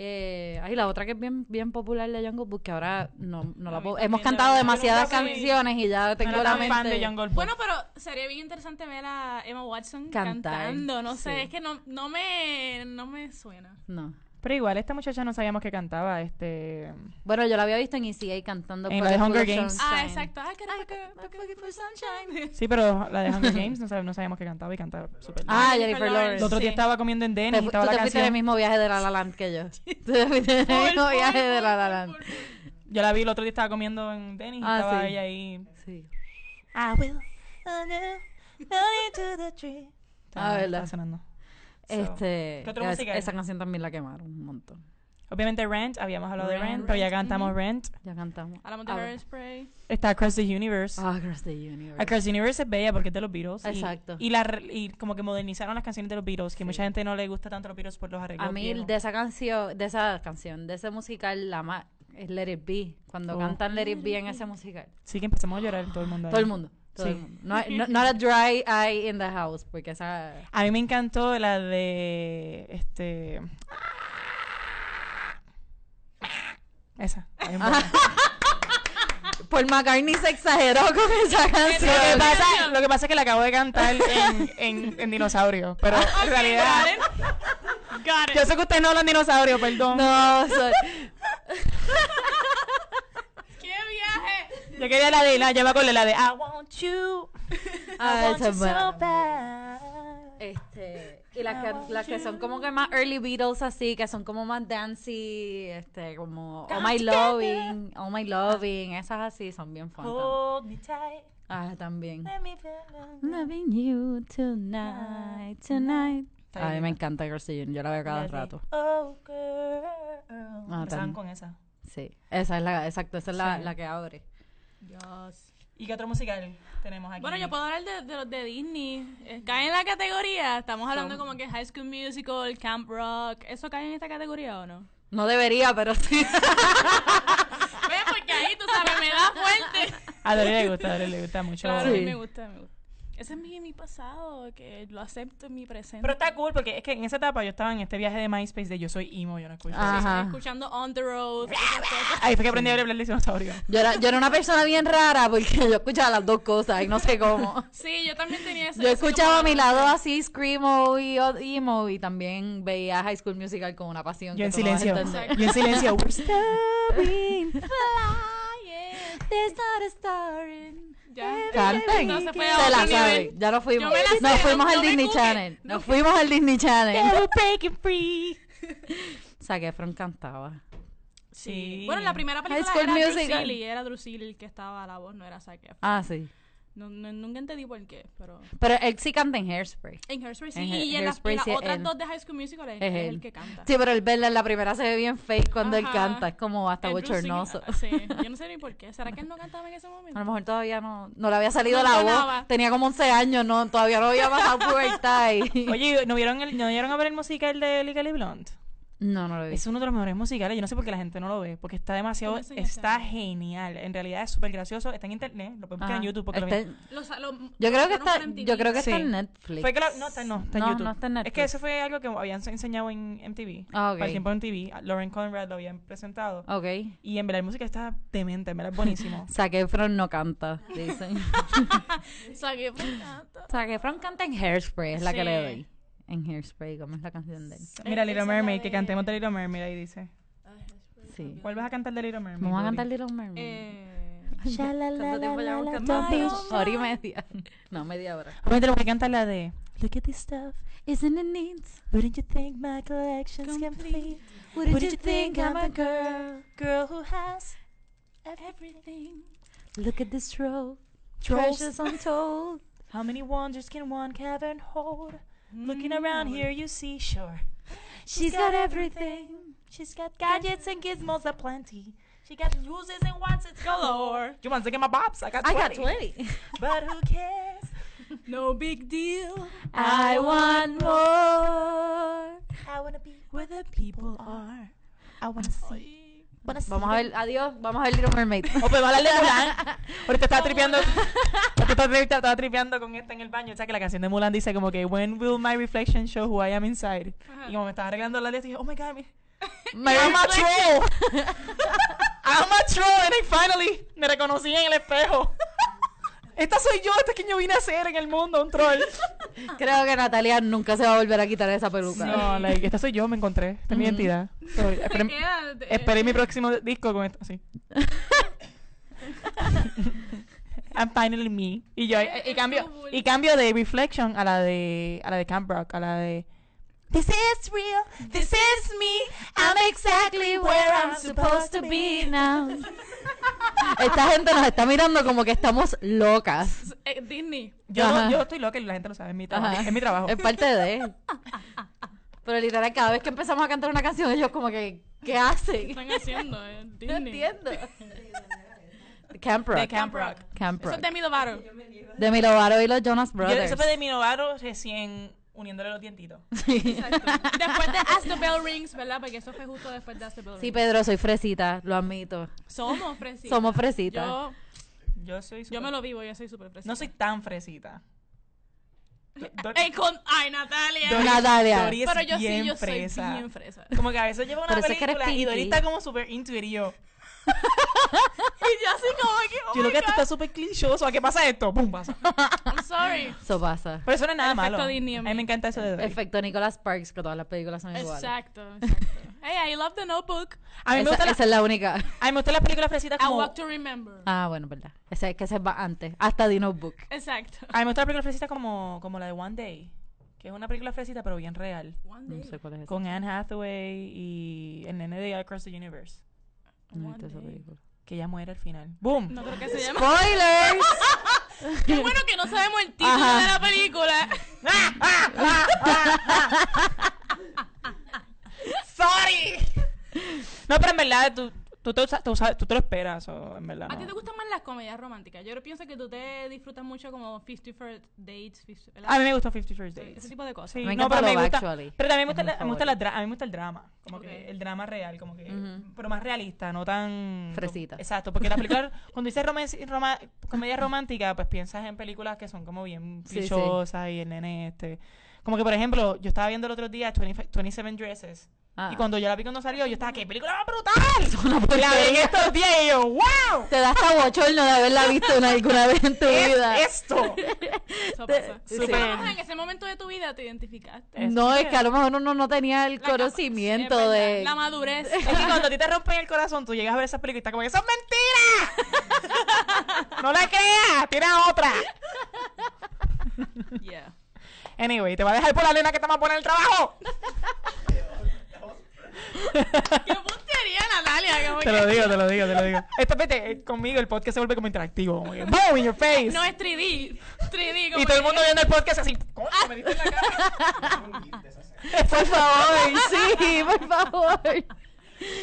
Speaker 1: Eh, ay, la otra que es bien, bien popular de Jungle Book, que ahora no, no la
Speaker 3: mí
Speaker 1: puedo-
Speaker 3: también,
Speaker 1: Hemos
Speaker 3: la
Speaker 1: cantado
Speaker 3: verdad,
Speaker 1: demasiadas
Speaker 2: nunca fui-
Speaker 1: canciones y ya tengo
Speaker 2: No
Speaker 1: la
Speaker 2: era fan
Speaker 1: mente.
Speaker 2: de Jungle Book.
Speaker 3: bueno, pero sería bien interesante ver a Emma Watson
Speaker 1: Cantar,
Speaker 3: cantando. No sé,
Speaker 1: sí.
Speaker 3: es que no, no, me, no me suena.
Speaker 1: No.
Speaker 2: pero igual, esta muchacha no sabíamos que cantaba. este
Speaker 1: Bueno, yo la había visto en E ECA cantando
Speaker 2: En
Speaker 1: por
Speaker 2: la de
Speaker 1: el
Speaker 2: Hunger
Speaker 1: Full of
Speaker 2: Games.
Speaker 3: Ah,
Speaker 1: Sunshine.
Speaker 3: exacto. Ah, carajo, que- que- que- sunshine.
Speaker 2: Sí, pero la de Hunger Games no, sab- no sabíamos que cantaba y cantaba súper bien.
Speaker 1: Ah,
Speaker 3: Jennifer
Speaker 1: Jennifer
Speaker 3: Lawrence.
Speaker 1: Lawrence.
Speaker 2: El otro día
Speaker 3: sí.
Speaker 2: estaba comiendo en Denny
Speaker 1: Te
Speaker 2: y
Speaker 1: fu-
Speaker 2: estaba
Speaker 1: tú
Speaker 2: la
Speaker 1: te fuiste en el
Speaker 2: canción.
Speaker 1: mismo viaje de La La Land que yo. Tú te fuiste en el
Speaker 3: Full,
Speaker 1: mismo
Speaker 3: full,
Speaker 1: viaje de
Speaker 3: full,
Speaker 1: La La
Speaker 3: full,
Speaker 1: Land.
Speaker 3: full, full.
Speaker 2: Yo la vi, el otro día estaba comiendo en Denny y
Speaker 1: Ah,
Speaker 2: estaba
Speaker 1: sí.
Speaker 2: ella ahí.
Speaker 1: Sí.
Speaker 2: I will. to the tree.
Speaker 1: Ah, verdad.
Speaker 2: sonando. So,
Speaker 1: Este,
Speaker 2: ¿Qué otro
Speaker 1: es-
Speaker 2: musical?
Speaker 1: esa canción también la quemaron un montón.
Speaker 2: Obviamente Rent, habíamos hablado de
Speaker 1: Rent,
Speaker 2: Rent, pero ya cantamos Rent.
Speaker 1: Ya cantamos.
Speaker 3: Hablamos de
Speaker 1: Ah,
Speaker 3: Hairspray.
Speaker 2: Está Across the Universe.
Speaker 1: Ah, Across the Universe.
Speaker 2: Across the Universe es bella porque es de los Beatles. y-
Speaker 1: Exacto.
Speaker 2: Y, la, re- y como que modernizaron las canciones de los Beatles, que mucha gente no le gusta tanto los Beatles por los arreglos.
Speaker 1: A mí
Speaker 2: viejos.
Speaker 1: de esa canción, de esa canción, de ese musical la más es Let It Be. Cuando
Speaker 2: Oh.
Speaker 1: cantan Let It Be en ese musical.
Speaker 2: Sí, que empezamos a llorar todo el mundo. ahí.
Speaker 1: Todo el mundo. Todo
Speaker 2: Sí.
Speaker 1: el mundo. No, hay- no- not a dry eye in the house, porque esa...
Speaker 2: A mí me encantó la de. Este. Esa.
Speaker 1: Ah.
Speaker 2: Hay un botón.
Speaker 1: Por McCartney se exageró con esa
Speaker 2: Lo que,
Speaker 1: canción.
Speaker 2: pasa, lo que pasa es que la acabo de cantar en, en, en dinosaurio. Pero
Speaker 1: Ah,
Speaker 2: en realidad.
Speaker 3: Got
Speaker 2: Yo sé que ustedes no hablan dinosaurio, perdón.
Speaker 1: No, so-
Speaker 3: ¡Qué viaje!
Speaker 2: Yo quería la de. La, ya me acordé la de. I want you.
Speaker 1: Ah,
Speaker 2: I want
Speaker 1: esa
Speaker 2: you
Speaker 1: es buena.
Speaker 2: so bad.
Speaker 1: Este, y las que, las que son como que más early Beatles así, que son como más dancey, este, como Oh My Loving, Oh My Loving, esas así son bien fun. tam-
Speaker 2: Hold me tight.
Speaker 1: Ah, también.
Speaker 2: Let me feel-
Speaker 1: Loving you tonight, tonight.
Speaker 2: Está
Speaker 1: A
Speaker 2: bien
Speaker 1: mí me
Speaker 2: linda.
Speaker 1: encanta Girls Union, yo la veo cada
Speaker 2: La de,
Speaker 1: rato.
Speaker 2: Oh, girl.
Speaker 1: Ah,
Speaker 2: Empezaban
Speaker 1: también.
Speaker 2: con esa.
Speaker 1: Sí, esa es la, exacto, esa es la,
Speaker 2: Sí.
Speaker 1: la que abre.
Speaker 2: ¿Y qué otro musical tenemos aquí?
Speaker 3: Bueno, yo puedo hablar de, de los de Disney. Eh, ¿Cae en la categoría? Estamos hablando como que High School Musical, Camp Rock. ¿Eso cae en esta categoría o no?
Speaker 1: No debería, pero sí.
Speaker 3: Ve, porque ahí tú sabes, me da fuerte.
Speaker 2: A Dori le gusta, a Dori le gusta mucho.
Speaker 3: Claro, a mí
Speaker 1: Sí.
Speaker 3: me gusta, me gusta. Ese es mi, mi pasado, que lo acepto en mi presente.
Speaker 2: Pero está cool porque es que en esa etapa yo estaba en este viaje de MySpace de yo soy emo, yo no escucho.
Speaker 1: Ah.
Speaker 2: eso.
Speaker 1: Ajá.
Speaker 3: Escuchando On the Road. esas cosas.
Speaker 2: Ahí fue que aprendí a hablar de dinosaurio.
Speaker 1: Yo era, yo era una persona bien rara porque yo escuchaba las dos cosas y no sé cómo.
Speaker 3: Sí, yo también tenía ese.
Speaker 1: Yo
Speaker 3: ese
Speaker 1: escuchaba a
Speaker 3: como-
Speaker 1: mi lado así Screamo y o- Emo y también veía High School Musical con una pasión.
Speaker 2: Yo
Speaker 1: que
Speaker 2: en
Speaker 1: tú no vas a
Speaker 2: silencio.
Speaker 1: entender.
Speaker 2: Yo en silencio. "We're starving".
Speaker 3: Yeah.
Speaker 1: There's not a star in-
Speaker 3: Ya.
Speaker 1: Canten.
Speaker 3: No se fue a
Speaker 1: Se la
Speaker 3: otro
Speaker 1: sabe.
Speaker 3: nivel.
Speaker 1: Ya nos fuimos.
Speaker 3: Yo me la sé,
Speaker 1: Nos
Speaker 3: no-
Speaker 1: fuimos
Speaker 3: no
Speaker 1: al
Speaker 3: me
Speaker 1: Disney
Speaker 3: juzguen.
Speaker 1: Channel.
Speaker 3: No
Speaker 1: Nos fuimos al Disney Channel.
Speaker 2: Never breaking free.
Speaker 1: Zac Efron cantaba.
Speaker 2: Sí.
Speaker 3: Bueno, la primera película
Speaker 1: School
Speaker 3: era
Speaker 1: Musical.
Speaker 3: Drusilla, era Drusilla el que estaba a la voz, no era Zac Efron.
Speaker 1: Ah, sí.
Speaker 3: No, no- nunca entendí por qué, pero...
Speaker 1: Pero él sí canta en Hairspray.
Speaker 3: En Hairspray sí,
Speaker 1: En Hair-
Speaker 3: y en las,
Speaker 1: Hairspray
Speaker 3: y las
Speaker 1: sí es
Speaker 3: otras
Speaker 1: él.
Speaker 3: dos de High School Musical es,
Speaker 1: Es
Speaker 3: es
Speaker 1: él.
Speaker 3: el que canta.
Speaker 1: Sí, pero el verla en la primera se ve bien fake cuando él
Speaker 3: Ajá.
Speaker 1: canta. Es como hasta
Speaker 3: El Drusilla,
Speaker 1: bochornoso. Ah.
Speaker 3: ah, Sí, yo no sé ni por qué. ¿Será que él no cantaba en ese
Speaker 1: A lo
Speaker 3: momento?
Speaker 1: mejor todavía no, no le había salido
Speaker 3: No
Speaker 1: la voz.
Speaker 3: sonaba.
Speaker 1: Tenía como 11 años, no, todavía no había pasado pubertad. Y...
Speaker 2: Oye, ¿no vieron, el, ¿no vieron a ver el musical de Legally Blonde?
Speaker 1: No, no lo he
Speaker 2: Es
Speaker 1: visto.
Speaker 2: uno de los mejores musicales. Yo no sé por qué la gente no lo ve. Porque está demasiado.
Speaker 3: ¿Cómo se llama?
Speaker 2: Está genial. En realidad es súper gracioso. Está en internet. Lo podemos buscar en
Speaker 1: Ajá.
Speaker 2: YouTube. Porque lo
Speaker 1: Está
Speaker 2: vi-
Speaker 1: en-
Speaker 3: Los- los-
Speaker 1: Ah, este, yo creo que
Speaker 3: fueron para
Speaker 1: está,
Speaker 3: MTV.
Speaker 1: yo creo que está
Speaker 2: Sí.
Speaker 1: en Netflix.
Speaker 2: Fue que la- no, está, no, está en
Speaker 1: No,
Speaker 2: YouTube.
Speaker 1: no está en
Speaker 2: Es que
Speaker 1: Netflix.
Speaker 2: eso fue algo que habían enseñado en MTV.
Speaker 1: Ah, ok.
Speaker 2: Para el tiempo de MTV. Lauren Conrad lo habían presentado.
Speaker 1: Ok.
Speaker 2: Y en verdad, el música está demente. En verdad, es buenísimo.
Speaker 1: Zac Efron no canta, dicen.
Speaker 3: Zac Efron pues canta.
Speaker 1: Zac Efron canta en Hairspray, es la que
Speaker 3: Sí.
Speaker 1: le doy. En Hairspray, ¿cómo es la canción de él?
Speaker 2: Mira, Little
Speaker 3: Esa es la
Speaker 2: Mermaid. Que
Speaker 3: de-
Speaker 2: cantemos de Little Mermaid. Ahí dice.
Speaker 1: Sí.
Speaker 2: ¿Cuál vas a cantar de Little Mermaid?
Speaker 1: Vamos a
Speaker 2: Dori?
Speaker 1: cantar Little Mermaid.
Speaker 3: Eh,
Speaker 1: ¿Cuánto tiempo llevamos cantando? Hora y media. No, media hora.
Speaker 2: Obviamente, le voy a cantar la de. Look at this stuff.
Speaker 1: Isn't it neat?
Speaker 2: Wouldn't you think my collection's complete?
Speaker 1: Wouldn't you think I'm a girl?
Speaker 2: Girl who has
Speaker 3: everything.
Speaker 1: Look at this row.
Speaker 2: Trolls.
Speaker 1: Treasures untold.
Speaker 2: How many wonders can one cavern hold? Looking around here, you see, sure.
Speaker 1: She's got everything.
Speaker 2: She's got gadgets and gizmos aplenty. She got uses and wants it's galore. You want to get my bops? I got 20.
Speaker 1: 20.
Speaker 2: But who cares?
Speaker 3: mm, No big deal.
Speaker 1: I want more.
Speaker 2: I want to be
Speaker 3: Where the people are.
Speaker 2: I want to see.
Speaker 3: Ay.
Speaker 2: Wanna see
Speaker 1: Vamos a ver, adiós, vamos a ver Little Mermaid.
Speaker 2: Oh, pues va a hablar de Mulan. Ahorita estaba tripeando. Ahorita estaba, tri- estaba tripeando con esta en el baño. O sea, que la canción de Mulan dice como que When will my reflection show who I am inside?
Speaker 3: Ah.
Speaker 2: Y como me estaba arreglando la letra, dije, oh my God, mi- I'm a troll. I'm a troll. And I finally me reconocí en el espejo. Esta soy yo, esta es quien yo vine a ser en el mundo, un troll.
Speaker 1: Creo que Natalia nunca se va a volver a quitar esa peluca.
Speaker 2: No, like, esta soy yo, me encontré. Esta es mi identidad. Soy-
Speaker 3: Te
Speaker 2: esperé,
Speaker 3: queda de-
Speaker 2: esperé mi próximo disco con esto, sí. I'm finally me. Y yo, y, y cambio, y cambio de Reflection a la de, a la de Camp Rock, a la de...
Speaker 4: This is real. This is me. I'm exactly where I'm supposed to be.
Speaker 1: now. Esta gente nos está mirando como que estamos locas.
Speaker 3: eh, Disney.
Speaker 2: Yo,
Speaker 1: Ajá.
Speaker 2: yo estoy loca y la gente lo sabe, es mi trabajo.
Speaker 1: Ajá.
Speaker 2: Es mi trabajo.
Speaker 1: Es parte de. Pero literal, cada vez que empezamos a cantar una canción, ellos como que, ¿qué
Speaker 3: ¿Qué
Speaker 1: hacen?
Speaker 3: están haciendo? eh? Disney.
Speaker 1: No entiendo. Camp Rock.
Speaker 2: De Camp Rock.
Speaker 1: Camp
Speaker 3: Eso
Speaker 1: Rock.
Speaker 3: es de mi Dovaro.
Speaker 1: De Milo Varo y los Jonas
Speaker 2: Yo,
Speaker 1: Brothers.
Speaker 2: eso fue de mi novaro recién uniéndole los dientitos.
Speaker 1: Sí.
Speaker 3: Exacto. Después de As the Bell Rings, ¿verdad? Porque eso fue justo después de As the Bell Rings.
Speaker 1: Sí, Pedro, soy fresita, lo admito.
Speaker 3: Somos fresitas.
Speaker 1: Somos fresitas.
Speaker 3: Yo,
Speaker 2: Yo soy
Speaker 3: yo
Speaker 2: super-
Speaker 3: me lo vivo, yo soy súper fresita.
Speaker 2: No soy tan fresita. Do- do-
Speaker 3: Ey, Eh, con... ¡Ay, Natalia!
Speaker 1: Dori- Natalia.
Speaker 2: Dori es
Speaker 3: Pero yo
Speaker 2: bien
Speaker 3: sí, yo
Speaker 2: fresa.
Speaker 3: soy bien fresa.
Speaker 2: Como que a veces llevo una
Speaker 1: Por eso es que eres
Speaker 2: película y Dori
Speaker 1: pinky.
Speaker 2: está como súper into it y yo.
Speaker 3: Y yo así como que, oh
Speaker 2: yo creo
Speaker 3: my
Speaker 2: que esto
Speaker 3: God,
Speaker 2: está súper clichoso. ¿A qué pasa esto? ¡Pum! Pasa.
Speaker 3: I'm sorry.
Speaker 1: Eso pasa.
Speaker 2: Pero eso no es nada
Speaker 3: El efecto
Speaker 2: malo.
Speaker 3: Disney en
Speaker 2: a mí
Speaker 3: mí.
Speaker 2: me encanta eso de Dori.
Speaker 1: Efecto Nicolas Sparks, que todas las películas son iguales.
Speaker 3: Exacto, exacto. Hey, I love the notebook.
Speaker 2: A mí, me
Speaker 1: Esa,
Speaker 2: gusta la-
Speaker 1: esa es la única.
Speaker 2: a mí me gustan las películas fresitas
Speaker 3: I
Speaker 2: como...
Speaker 3: walk to remember.
Speaker 1: Ah, bueno, verdad. Ese, que se va antes. Hasta The Notebook.
Speaker 3: Exacto.
Speaker 2: A mí me gustan las películas fresitas como, como la de One Day. Que es una película fresita pero bien real.
Speaker 3: One
Speaker 1: No
Speaker 3: day.
Speaker 1: sé cuál es esa.
Speaker 2: Con Anne Hathaway y el nene de Across the Universe.
Speaker 1: No he
Speaker 3: One
Speaker 1: visto esa
Speaker 3: day.
Speaker 1: película.
Speaker 2: Que ya muere al final. ¡Boom!
Speaker 3: No creo que se llama.
Speaker 1: ¡Spoilers!
Speaker 3: Qué bueno que no sabemos el título
Speaker 1: Ajá.
Speaker 3: de la película.
Speaker 2: ¡Sorry! No, pero en verdad, tú, tú, te, usa- tú usa- tú te lo esperas, o en verdad.
Speaker 3: ¿A ti
Speaker 2: no.
Speaker 3: te gustan más las comedias románticas? Yo pienso que tú te disfrutas mucho como 51st Dates, 50, ¿verdad?
Speaker 2: A mí me gusta Fifty First
Speaker 3: ese
Speaker 2: Days.
Speaker 3: tipo de cosas.
Speaker 2: Sí,
Speaker 1: Me
Speaker 2: no,
Speaker 1: encanta
Speaker 2: pero me
Speaker 1: Love
Speaker 2: gusta.
Speaker 1: Actually.
Speaker 2: Pero también me
Speaker 1: Es
Speaker 2: gusta,
Speaker 1: mi
Speaker 2: la- me gusta la
Speaker 1: favorita.
Speaker 2: dra- a mí me gusta el drama. Como que
Speaker 3: Ok.
Speaker 2: el drama real, como que.
Speaker 1: Ujú.
Speaker 2: Pero más realista, no tan.
Speaker 1: Fresita.
Speaker 2: Exacto, porque las películas. cuando dices romance- roma- comedia romántica, pues piensas en películas que son como bien
Speaker 1: Sí, sí.
Speaker 2: clichosas y el nene este. Como que, por ejemplo, yo estaba viendo el otro día 20 27 Dresses.
Speaker 1: Ah.
Speaker 2: Y cuando yo la vi cuando salió, yo estaba, ¡qué película más brutal!
Speaker 1: Una
Speaker 2: La vi en
Speaker 1: porquería.
Speaker 2: estos días y yo, ¡wow!
Speaker 1: este, Te da hasta bochorno de haberla visto en alguna vez en tu vida.
Speaker 2: ¿Qué es esto?
Speaker 3: Eso
Speaker 1: Te-
Speaker 3: pasa.
Speaker 1: sí.
Speaker 3: Pero a lo
Speaker 2: Súper.
Speaker 3: mejor en ese momento de tu vida te identificaste.
Speaker 2: es
Speaker 1: no, es
Speaker 2: que-
Speaker 1: que a lo mejor uno no tenía el
Speaker 3: La
Speaker 1: conocimiento
Speaker 3: capa- es verdad,
Speaker 1: de...
Speaker 3: La madurez.
Speaker 2: Es que cuando a ti te rompen el corazón, tú llegas a ver esas películas y estás como, ¡eso es mentira! ¡No la creas! ¡Tira otra!
Speaker 3: Yeah.
Speaker 2: Anyway, te va a dejar por la luna que está más buena en el trabajo.
Speaker 3: ¡Qué puntería, Natalia! como
Speaker 2: Te
Speaker 3: que-
Speaker 2: lo digo, te lo digo, te lo digo. Esto, vete, eh, conmigo el podcast se vuelve como interactivo. Como que, ¡Boom! In your face.
Speaker 3: No es 3D. 3D. como
Speaker 2: y todo el
Speaker 3: que-
Speaker 2: mundo viendo el podcast así, ¡coño! Me diste en la cara.
Speaker 1: Ah. Por favor, sí, por favor.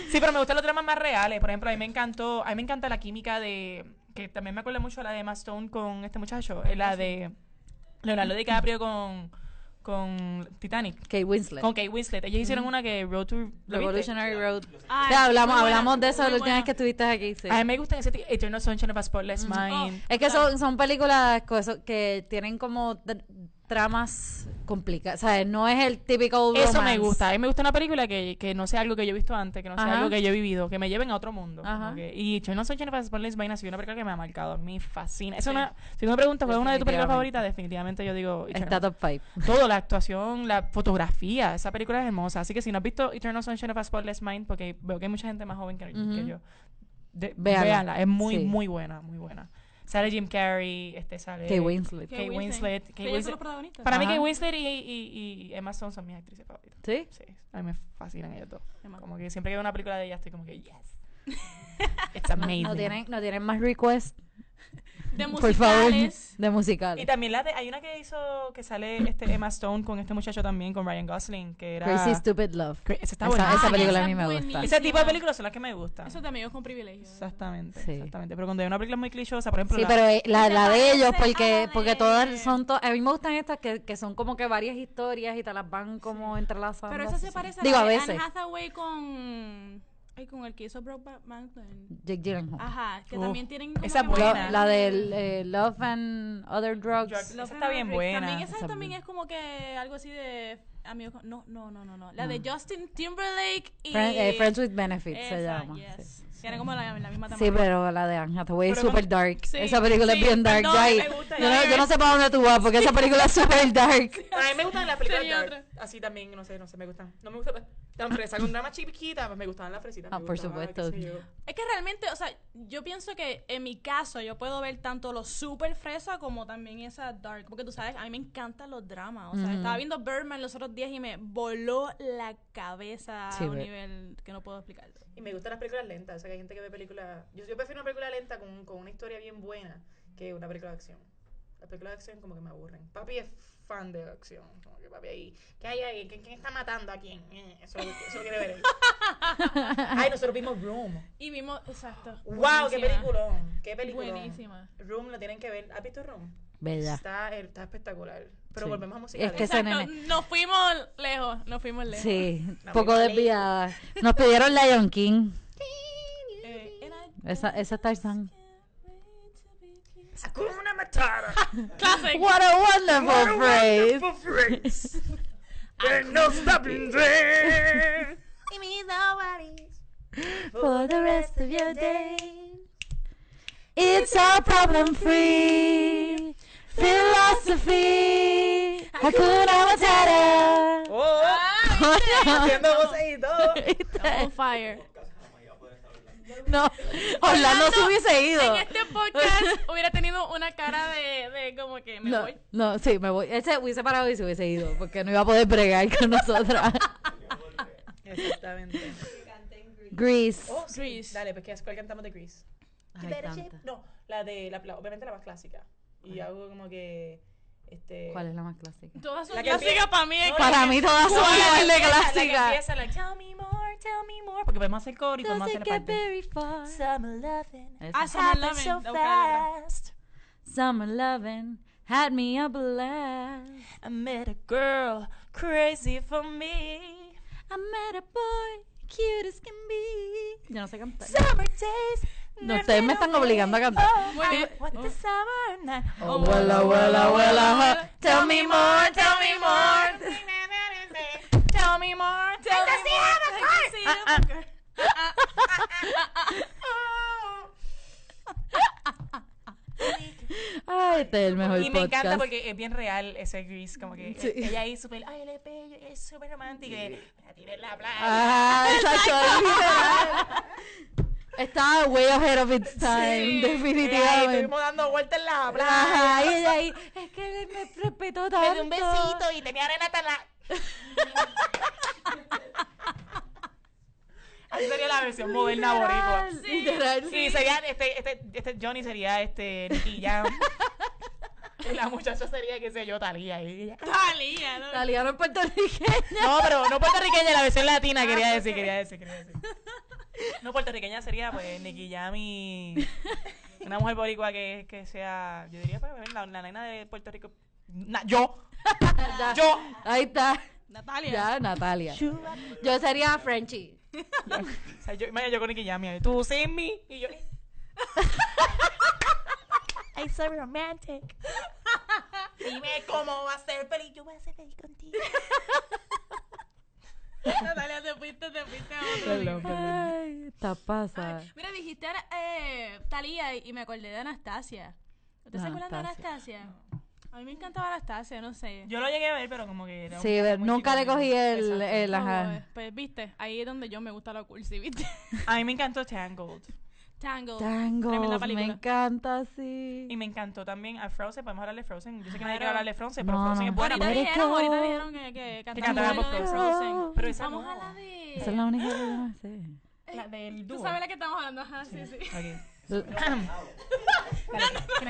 Speaker 2: Sí, pero me gustan los dramas más reales. Por ejemplo, a mí me encantó, a mí me encanta la química de que también me acuerdo mucho la de Emma Stone con este muchacho, eh,
Speaker 1: Ah,
Speaker 2: la de Leonardo DiCaprio con con Titanic,
Speaker 1: Kate Winslet.
Speaker 2: con Kate Winslet. Ellos hicieron una que Road to ¿la viste?
Speaker 1: Revolutionary Road.
Speaker 3: Ay,
Speaker 1: Te hablamos,
Speaker 3: muy buena,
Speaker 1: hablamos de eso
Speaker 3: muy
Speaker 1: la última
Speaker 3: buena.
Speaker 1: vez que estuviste aquí, sí.
Speaker 2: A mí me gusta ese tipo, Eternal Sunshine of a Spotless Mind.
Speaker 1: Es que son, son películas cosas que tienen como tr- tramas complicadas. O sea, no es el típico
Speaker 2: Eso me
Speaker 1: romance.
Speaker 2: gusta. A mí me gusta una película que, que no sea algo que yo he visto antes, que no sea
Speaker 1: Ajá.
Speaker 2: algo que yo he vivido, que me lleven a otro mundo. como
Speaker 1: Ajá.
Speaker 2: que- y Eternal Sunshine of a Spotless Mind ha sido una película que me ha marcado. A mí fascina. Es una, si tú me preguntas cuál es una de tus películas
Speaker 1: Definitivamente.
Speaker 2: favoritas, definitivamente yo digo Eternal
Speaker 1: Está top 5.
Speaker 2: todo, la actuación, la fotografía, esa película es hermosa. Así que si no has visto Eternal Sunshine of a Spotless Mind, porque veo que hay mucha gente más joven que, que
Speaker 1: Ujú.
Speaker 2: yo, de-
Speaker 1: Véala.
Speaker 2: véala. es muy,
Speaker 1: Sí.
Speaker 2: muy buena, muy buena. Sale Jim Carrey, este sale...
Speaker 1: Kate Winslet.
Speaker 2: Kate Winslet, Kate
Speaker 3: Que ellos
Speaker 2: Winslet.
Speaker 3: son los protagonistas.
Speaker 2: Para mí
Speaker 1: Ajá.
Speaker 2: Kate Winslet y, y- y Emma Stone son mis actrices favoritas.
Speaker 1: ¿Sí?
Speaker 2: Sí, a mí me fascinan ellas dos.
Speaker 3: Emma.
Speaker 2: Como que siempre que veo una película de ellas estoy como que, yes. It's
Speaker 1: No,
Speaker 2: amazing.
Speaker 1: no tienen, no tienen más requests,
Speaker 3: De
Speaker 1: por favor,
Speaker 3: musicales.
Speaker 1: de
Speaker 2: Y
Speaker 1: musicales.
Speaker 2: también la de, hay una que hizo, que sale este Emma Stone con este muchacho también, con Ryan Gosling, que era...
Speaker 1: Crazy Stupid Love.
Speaker 2: Cra- Esa está
Speaker 1: Esa-
Speaker 2: buena.
Speaker 1: esa
Speaker 3: Ah,
Speaker 1: película a
Speaker 3: esa
Speaker 1: mí
Speaker 3: es
Speaker 1: me
Speaker 3: buenísima.
Speaker 1: gusta.
Speaker 2: Ese tipo de películas son las que me gustan.
Speaker 3: Eso también es con privilegio.
Speaker 2: Exactamente,
Speaker 1: Sí.
Speaker 2: exactamente. Pero cuando hay una película muy clichosa, por ejemplo,
Speaker 1: Sí,
Speaker 2: la-
Speaker 1: pero eh, la,
Speaker 3: Se
Speaker 1: la de ellos,
Speaker 3: parece a
Speaker 1: porque,
Speaker 3: la
Speaker 1: porque
Speaker 3: de-
Speaker 1: todas son... to- a mí me gustan estas que, que son como que varias historias y te las van como entrelazando.
Speaker 3: Pero esa
Speaker 1: así.
Speaker 3: se parece
Speaker 1: Digo,
Speaker 3: a
Speaker 1: a
Speaker 3: la de
Speaker 1: veces.
Speaker 3: Anne Hathaway con... Ay, con el que hizo Brokeback Mountain.
Speaker 1: Jake Gyllenhaal.
Speaker 3: Ajá, que
Speaker 2: Uf,
Speaker 3: también tienen como
Speaker 2: esa
Speaker 3: que
Speaker 2: buena.
Speaker 1: Lo-
Speaker 3: varias-
Speaker 1: la del eh, Love and Other Drugs.
Speaker 2: Drugs.
Speaker 3: Love
Speaker 2: Esa
Speaker 3: and
Speaker 2: está bien
Speaker 3: Rock.
Speaker 2: buena.
Speaker 3: También esa,
Speaker 1: Esa es
Speaker 3: también es como que algo así de amigos. con- No, no, no, no, no. La de Justin Timberlake y
Speaker 1: Friend- eh, Friends with Benefits
Speaker 3: Esa,
Speaker 1: se llama.
Speaker 3: yes.
Speaker 1: Sí.
Speaker 3: Que era como la, la misma
Speaker 1: Sí,
Speaker 3: temática.
Speaker 1: pero la de Anne Hathaway es
Speaker 2: Pero
Speaker 1: super
Speaker 2: cuando-
Speaker 1: dark.
Speaker 3: Sí,
Speaker 1: esa película
Speaker 3: sí,
Speaker 1: es bien dark.
Speaker 3: perdón,
Speaker 1: ya ahí-
Speaker 3: me gusta
Speaker 1: yo, no, yo no
Speaker 3: dark.
Speaker 1: sé para dónde tú vas porque esa película es super dark.
Speaker 2: a mí me gustan las películas
Speaker 3: Sí,
Speaker 2: dark.
Speaker 3: otra.
Speaker 2: así también, no sé, no sé, me gustan. No me gusta pues, tan fresa con drama chiquita, pues me gustaban las fresitas.
Speaker 1: Ah,
Speaker 2: me
Speaker 1: por
Speaker 2: gustaba,
Speaker 1: supuesto.
Speaker 2: qué sé yo.
Speaker 3: Es que realmente, o sea, yo pienso que en mi caso yo puedo ver tanto lo super fresa como también esa dark. Porque tú sabes, a mí me encantan los dramas. O sea,
Speaker 1: Ujú.
Speaker 3: estaba viendo Birdman los otros días y me voló la cabeza
Speaker 1: Sí,
Speaker 3: a un
Speaker 1: ve-
Speaker 3: nivel que no puedo explicar.
Speaker 2: Y me gustan las películas lentas, o sea, que hay gente que ve películas... Yo, yo prefiero una película lenta con, con una historia bien buena que una película de acción. Las películas de acción como que me aburren. Papi es fan de acción. Como que papi ahí... ¿Qué hay ahí? ¿Quién, quién está matando a quién? Eh, Eso, eso lo quiere ver él. Ay, nosotros vimos Room.
Speaker 3: Y vimos, exacto.
Speaker 2: ¡Wow! ¡Qué
Speaker 3: buenísima.
Speaker 2: película! ¡Qué película!
Speaker 3: Buenísima.
Speaker 2: Room lo tienen que ver. ¿Has visto Room?
Speaker 1: Bella.
Speaker 2: Está, er, está espectacular. Pero
Speaker 1: Sí.
Speaker 2: volvemos a música.
Speaker 1: Es
Speaker 2: de-
Speaker 1: que
Speaker 3: O sea,
Speaker 1: ese
Speaker 3: no-
Speaker 1: nene.
Speaker 3: nos fuimos lejos, nos fuimos lejos.
Speaker 1: Sí,
Speaker 2: La
Speaker 1: poco
Speaker 2: misma
Speaker 1: desviada. Nos pidieron Lion King.
Speaker 3: Eh, and I
Speaker 1: Esa, esa es Tarzán.
Speaker 2: Hakuna Matata.
Speaker 3: Classic.
Speaker 1: What a
Speaker 2: What a
Speaker 1: wonderful phrase.
Speaker 2: wonderful phrase. There's no stopping there.
Speaker 4: It means nobody.
Speaker 1: For the rest of your day. It's all problem free. Philosophy. Hakuna Matata.
Speaker 2: Oh,
Speaker 1: Ah.
Speaker 2: haciendo voces y todo.
Speaker 3: On fire.
Speaker 1: No, Orlando se hubiese ido.
Speaker 3: En este podcast hubiera tenido una cara de, de como que me
Speaker 1: No,
Speaker 3: voy.
Speaker 1: no, sí, me voy. Ese hubiese parado y se hubiese ido, porque no iba a poder bregar con nosotras.
Speaker 2: Exactamente.
Speaker 1: Grease.
Speaker 2: Oh, sí.
Speaker 3: Grease.
Speaker 2: Dale, pues ¿qué- ¿cuál cantamos de Grease?
Speaker 1: Ay, tanta.
Speaker 2: No, la de, la, la- obviamente la más clásica. Y algo como que, este...
Speaker 1: ¿Cuál es la más clásica?
Speaker 3: Todas son
Speaker 2: La que
Speaker 3: clásicas
Speaker 2: empieza-
Speaker 3: para mí. es
Speaker 2: No,
Speaker 3: que-
Speaker 1: Para mí todas son igual de
Speaker 2: La que
Speaker 1: clásicas.
Speaker 2: empieza, la tell me more, tell me more. Porque podemos hacer coro y podemos hacer la parte.
Speaker 4: Summer loving
Speaker 3: Ah,
Speaker 1: Esa.
Speaker 3: Summer
Speaker 4: happens so
Speaker 3: Lovin', la buscaré
Speaker 4: fast.
Speaker 1: Summer loving had me a blast.
Speaker 4: I met a girl crazy for me.
Speaker 1: I met a boy cute as can be. Yo no sé cantar.
Speaker 4: Summer days.
Speaker 1: No, ustedes me están obligando a cantar.
Speaker 3: Muy bien.
Speaker 4: What the summer night.
Speaker 1: Oh, huela, huela, huela, huh. Tell me more, tell me more.
Speaker 4: Tell me more. Tell me more.
Speaker 3: Sí,
Speaker 1: Ah,
Speaker 3: porque- ah,
Speaker 1: Ay, este es el mejor
Speaker 2: Y me encanta
Speaker 1: podcast.
Speaker 2: porque es bien real ese Grease. Como que
Speaker 1: Sí.
Speaker 2: ella ahí súper, ay, él es bello, él es súper romántico. y Me la tiré en la playa.
Speaker 1: Ah, exacto, es literal. Estaba way ahead of its time,
Speaker 2: Ella ahí
Speaker 1: definitivamente.
Speaker 2: estuvimos dando vueltas en la playa.
Speaker 1: Ajá, y de ahí, es que él me respetó tanto.
Speaker 2: Me dio un besito y tenía arena hasta la... Así sería la versión moderna boricua.
Speaker 1: Literal, literal,
Speaker 2: Sí, sería este, este, este Johnny sería este Nicky Jam. la muchacha sería, qué sé yo, Talía.
Speaker 3: Talía, ¿no?
Speaker 1: Italiano puertorriqueño.
Speaker 2: No, pero no puertorriqueña, la versión latina, quería decir, quería decir, quería decir. Ah, No, puertorriqueña sería, pues, Nicky Jam y una mujer boricua que, que sea, yo diría, pues, la, la nena de Puerto Rico. Na- yo,
Speaker 1: Ya,
Speaker 2: yo.
Speaker 1: Ahí está.
Speaker 3: Natalia.
Speaker 1: Ya, Natalia. Yo sería Frenchy.
Speaker 2: O sea, yo, imagina yo con Nicky Jam y ahí, tú sin mí, y yo...
Speaker 4: I'm so romantic.
Speaker 2: Dime cómo va a ser feliz.
Speaker 4: Yo voy a ser feliz contigo.
Speaker 3: Natalia, te fuiste, te fuiste a otro nivel.
Speaker 1: Ay, está pasa.
Speaker 3: Ay, Mira, dijiste eh, Talía y me acordé de Anastasia. ¿Ustedes se acuerdan de Anastasia? A mí me encantaba Anastasia, no sé.
Speaker 2: Yo lo llegué a ver, pero como que era un
Speaker 1: Sí,
Speaker 2: caso
Speaker 1: ver,
Speaker 2: muy
Speaker 1: nunca
Speaker 2: chico,
Speaker 1: le
Speaker 2: ¿no?
Speaker 1: cogí el,
Speaker 2: Exacto.
Speaker 1: el
Speaker 3: Como, eh,
Speaker 1: ajá.
Speaker 3: Pues viste, ahí es donde yo me gusta la cursi, viste.
Speaker 2: A mí me encantó Tangled.
Speaker 3: Tango.
Speaker 1: Tango,
Speaker 3: Tremenda
Speaker 1: me
Speaker 3: película.
Speaker 1: encanta, sí.
Speaker 2: Y me encantó también a Frozen. Podemos hablar de Frozen. Yo sé que nadie
Speaker 3: Claro.
Speaker 2: quiere hablar de Frozen, pero
Speaker 1: No,
Speaker 2: Frozen
Speaker 1: no.
Speaker 2: es buena.
Speaker 3: ahorita
Speaker 1: Let it
Speaker 3: dijeron,
Speaker 1: go.
Speaker 3: pues, ahorita dijeron que, que cantamos
Speaker 2: cantáramos
Speaker 3: algo de
Speaker 2: Frozen.
Speaker 3: Frozen.
Speaker 2: pues. Pero esa
Speaker 3: Vamos
Speaker 2: no.
Speaker 3: a la de...
Speaker 1: Esa es la única que yo no me sé.
Speaker 2: La del
Speaker 3: Tú
Speaker 2: dúo.
Speaker 3: sabes la que estamos hablando, ajá, sí, sí.
Speaker 2: Ok.
Speaker 1: L-
Speaker 2: Can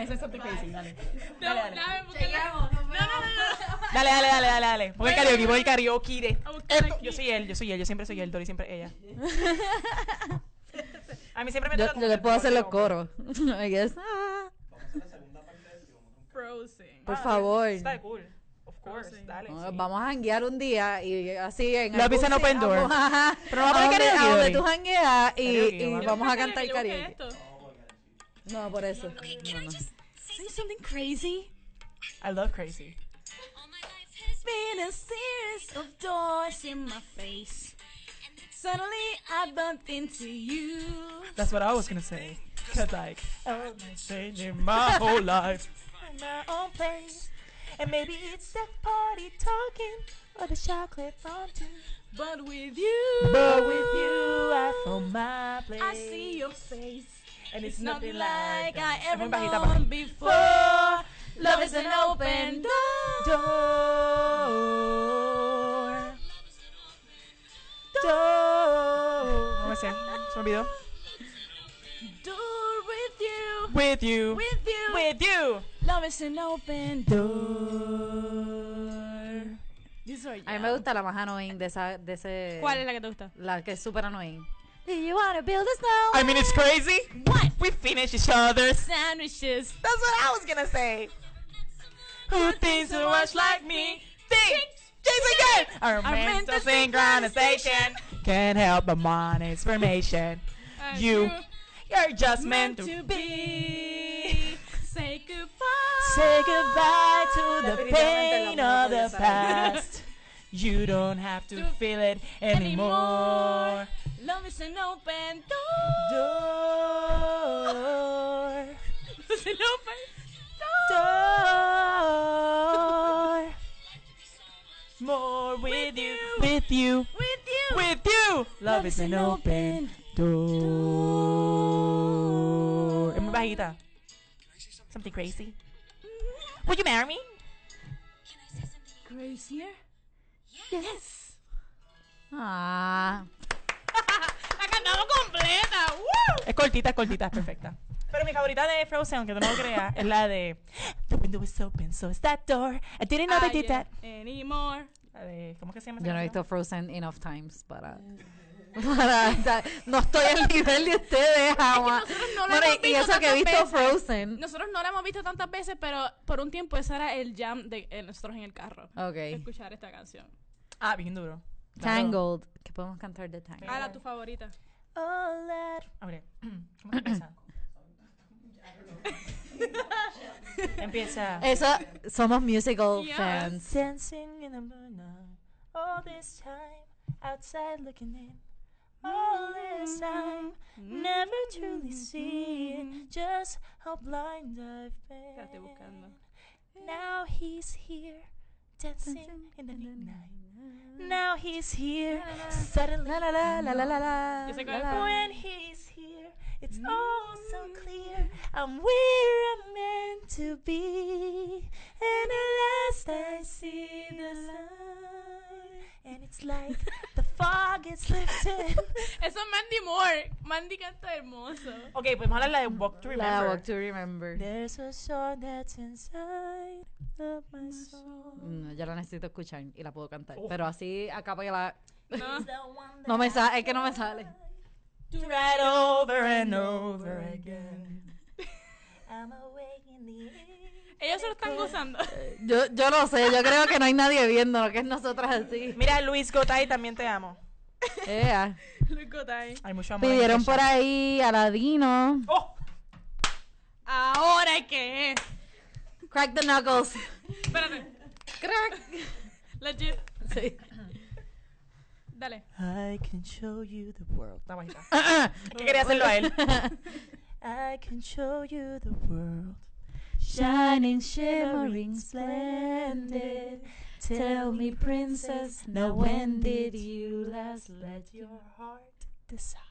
Speaker 2: I say something crazy? Dale.
Speaker 3: No,
Speaker 2: dale.
Speaker 3: dame, porque la- No, no, no, no.
Speaker 2: Dale, dale, dale, dale, dale. Voy al karaoke, voy al karaoke de...
Speaker 3: A buscar
Speaker 2: Yo
Speaker 3: aquí.
Speaker 2: soy él, yo soy él, yo siempre soy él, Dory siempre ella. A mí siempre me
Speaker 1: Yo,
Speaker 2: toca
Speaker 1: yo le puedo hacer los coros. I guess. Ah,
Speaker 3: Frozen.
Speaker 1: por favor.
Speaker 2: Ah, Está cool. Of course, dale.
Speaker 1: No,
Speaker 2: Ah, sí.
Speaker 1: Vamos a hanguear un día y así en
Speaker 2: Lo avisa en
Speaker 1: algún
Speaker 2: Open
Speaker 1: sitio,
Speaker 2: Door.
Speaker 1: vamos, ajá,
Speaker 2: Pero no va a
Speaker 1: a
Speaker 2: poder
Speaker 1: donde-
Speaker 2: karaoke,
Speaker 1: a donde
Speaker 2: Dory.
Speaker 1: tú hangueas y,
Speaker 2: Karaoke,
Speaker 1: y
Speaker 2: vamos.
Speaker 1: Pues vamos a
Speaker 3: Espérate,
Speaker 1: cantar
Speaker 3: que yo busque
Speaker 1: karaoke.
Speaker 3: esto.
Speaker 1: No, por eso. No, no.
Speaker 3: Say something crazy.
Speaker 2: I love crazy.
Speaker 5: All my life has been
Speaker 3: Been a series of doors in my face. Suddenly I bumped into you.
Speaker 2: That's what I was gonna say. Cause like, I was changing my whole life.
Speaker 4: In my own place. And maybe it's the party talking or the chocolate fountain.
Speaker 3: But with you,
Speaker 2: But with you, I found my place.
Speaker 3: I see your face.
Speaker 2: And it's
Speaker 3: It's
Speaker 2: nothing
Speaker 3: nothing
Speaker 2: like
Speaker 3: like uh, I
Speaker 2: us.
Speaker 3: ever
Speaker 2: Muy bajita,
Speaker 3: known
Speaker 2: bajita.
Speaker 3: before. Love is an open door.
Speaker 2: Door. Door. No me sé, se me olvidó.
Speaker 3: Door with you,
Speaker 2: With you.
Speaker 3: with you.
Speaker 2: With you.
Speaker 3: Love is an open door. These are
Speaker 1: A mí me gusta la más annoying de, esa, de ese.
Speaker 3: ¿Cuál es la que te gusta?
Speaker 1: La que es súper annoying. Do you wanna build a snow?
Speaker 2: I mean, it's crazy.
Speaker 3: What?
Speaker 2: We finish each other's.
Speaker 3: Sandwiches.
Speaker 2: That's what I was gonna say.
Speaker 5: that's
Speaker 2: who thinks so much like me. Think, think again. Our man
Speaker 3: meant to
Speaker 2: still
Speaker 3: sing
Speaker 2: synchronization. Can't help but want information.
Speaker 3: Are
Speaker 2: You, you're just meant
Speaker 3: meant
Speaker 2: to
Speaker 3: to be. Say goodbye.
Speaker 2: say goodbye to the pain
Speaker 1: Definitivamente la
Speaker 2: of
Speaker 1: mujer
Speaker 2: the
Speaker 1: sabe.
Speaker 2: past. You don't have to
Speaker 3: To-
Speaker 2: feel it anymore.
Speaker 3: anymore. Love is an open door.
Speaker 2: Door.
Speaker 3: It's an open door.
Speaker 2: door. More with you, with you,
Speaker 3: With you.
Speaker 2: with you. Love is an open door. Es muy bajita. Something crazy. Will you marry me?
Speaker 3: Crazier.
Speaker 1: Yes. Ah.
Speaker 3: La cantamos completa. ¡Woo!
Speaker 2: Es cortita, es cortita, es perfecta. Pero mi favorita de Frozen, aunque no lo creas, es la de The window is open, so is that door. I didn't know they did that.
Speaker 3: eh, Anymore.
Speaker 2: La de, ¿Cómo que se llama esa
Speaker 1: Ah, Yo no he visto
Speaker 2: canción?
Speaker 1: Frozen enough times para. para da- no estoy al nivel de ustedes, jamás.
Speaker 3: nosotros no lo
Speaker 1: Ah, Bueno,
Speaker 3: hemos
Speaker 1: y
Speaker 3: visto
Speaker 1: eso que he
Speaker 3: tantas
Speaker 1: visto
Speaker 3: veces.
Speaker 1: Frozen.
Speaker 3: Nosotros no la hemos visto tantas veces, pero por un tiempo ese era el jam de eh, nosotros en el carro.
Speaker 1: Ok.
Speaker 3: Escuchar esta canción.
Speaker 2: Ah, bien duro. Claro.
Speaker 1: Tangled. Que podemos cantar de Tangled.
Speaker 3: Ala, tu favorita.
Speaker 2: All that- A ver, ¿cómo que empieza? empieza.
Speaker 1: Eso, somos musical
Speaker 3: Yes.
Speaker 1: fans.
Speaker 2: Dancing in the moonlight, all this time, outside looking in, all this time,
Speaker 1: Mm.
Speaker 2: never truly seeing just how blind I've been.
Speaker 3: La estoy buscando.
Speaker 2: Now he's here, dancing in the midnight. Now he's here, suddenly.
Speaker 1: La la la la la la la.
Speaker 3: Yo sé
Speaker 1: la,
Speaker 3: cuál
Speaker 1: la. Mm.
Speaker 2: When he's here, it's all so clear. I'm where I'm meant to be. And at last I see the sun. And it's like the fog is lifted.
Speaker 3: Eso es Mandy Moore. Mandy canta hermoso.
Speaker 2: ok, podemos hablar la de Walk to
Speaker 1: La Walk to Remember.
Speaker 2: There's a song that's inside of my soul.
Speaker 1: No, yo la necesito escuchar y la puedo cantar. Pero así acá para la.
Speaker 3: No.
Speaker 2: The one
Speaker 1: No me sale, es que no me sale.
Speaker 2: that right over and over again. I'm awake in the air.
Speaker 3: Ellos se lo están gozando.
Speaker 1: Yo, yo no sé, yo creo que no hay nadie viendo lo que es nosotras así.
Speaker 2: Mira, Luis Gotay, también te amo.
Speaker 1: Ea.
Speaker 3: Luis Gotay.
Speaker 2: Hay mucho amor.
Speaker 1: Pidieron por ahí Aladino.
Speaker 2: ¡Oh!
Speaker 3: Ahora es que es.
Speaker 1: Crack the Knuckles.
Speaker 3: Espérate.
Speaker 1: Crack.
Speaker 3: Legit.
Speaker 1: Sí.
Speaker 3: Dale.
Speaker 2: I can show you the world. Está bajita.
Speaker 1: que
Speaker 2: quería hacerlo a él. I can show you the world.
Speaker 1: Shining, shimmering, splendid. Tell me, princess, now when did you last let your.
Speaker 2: Your heart decide.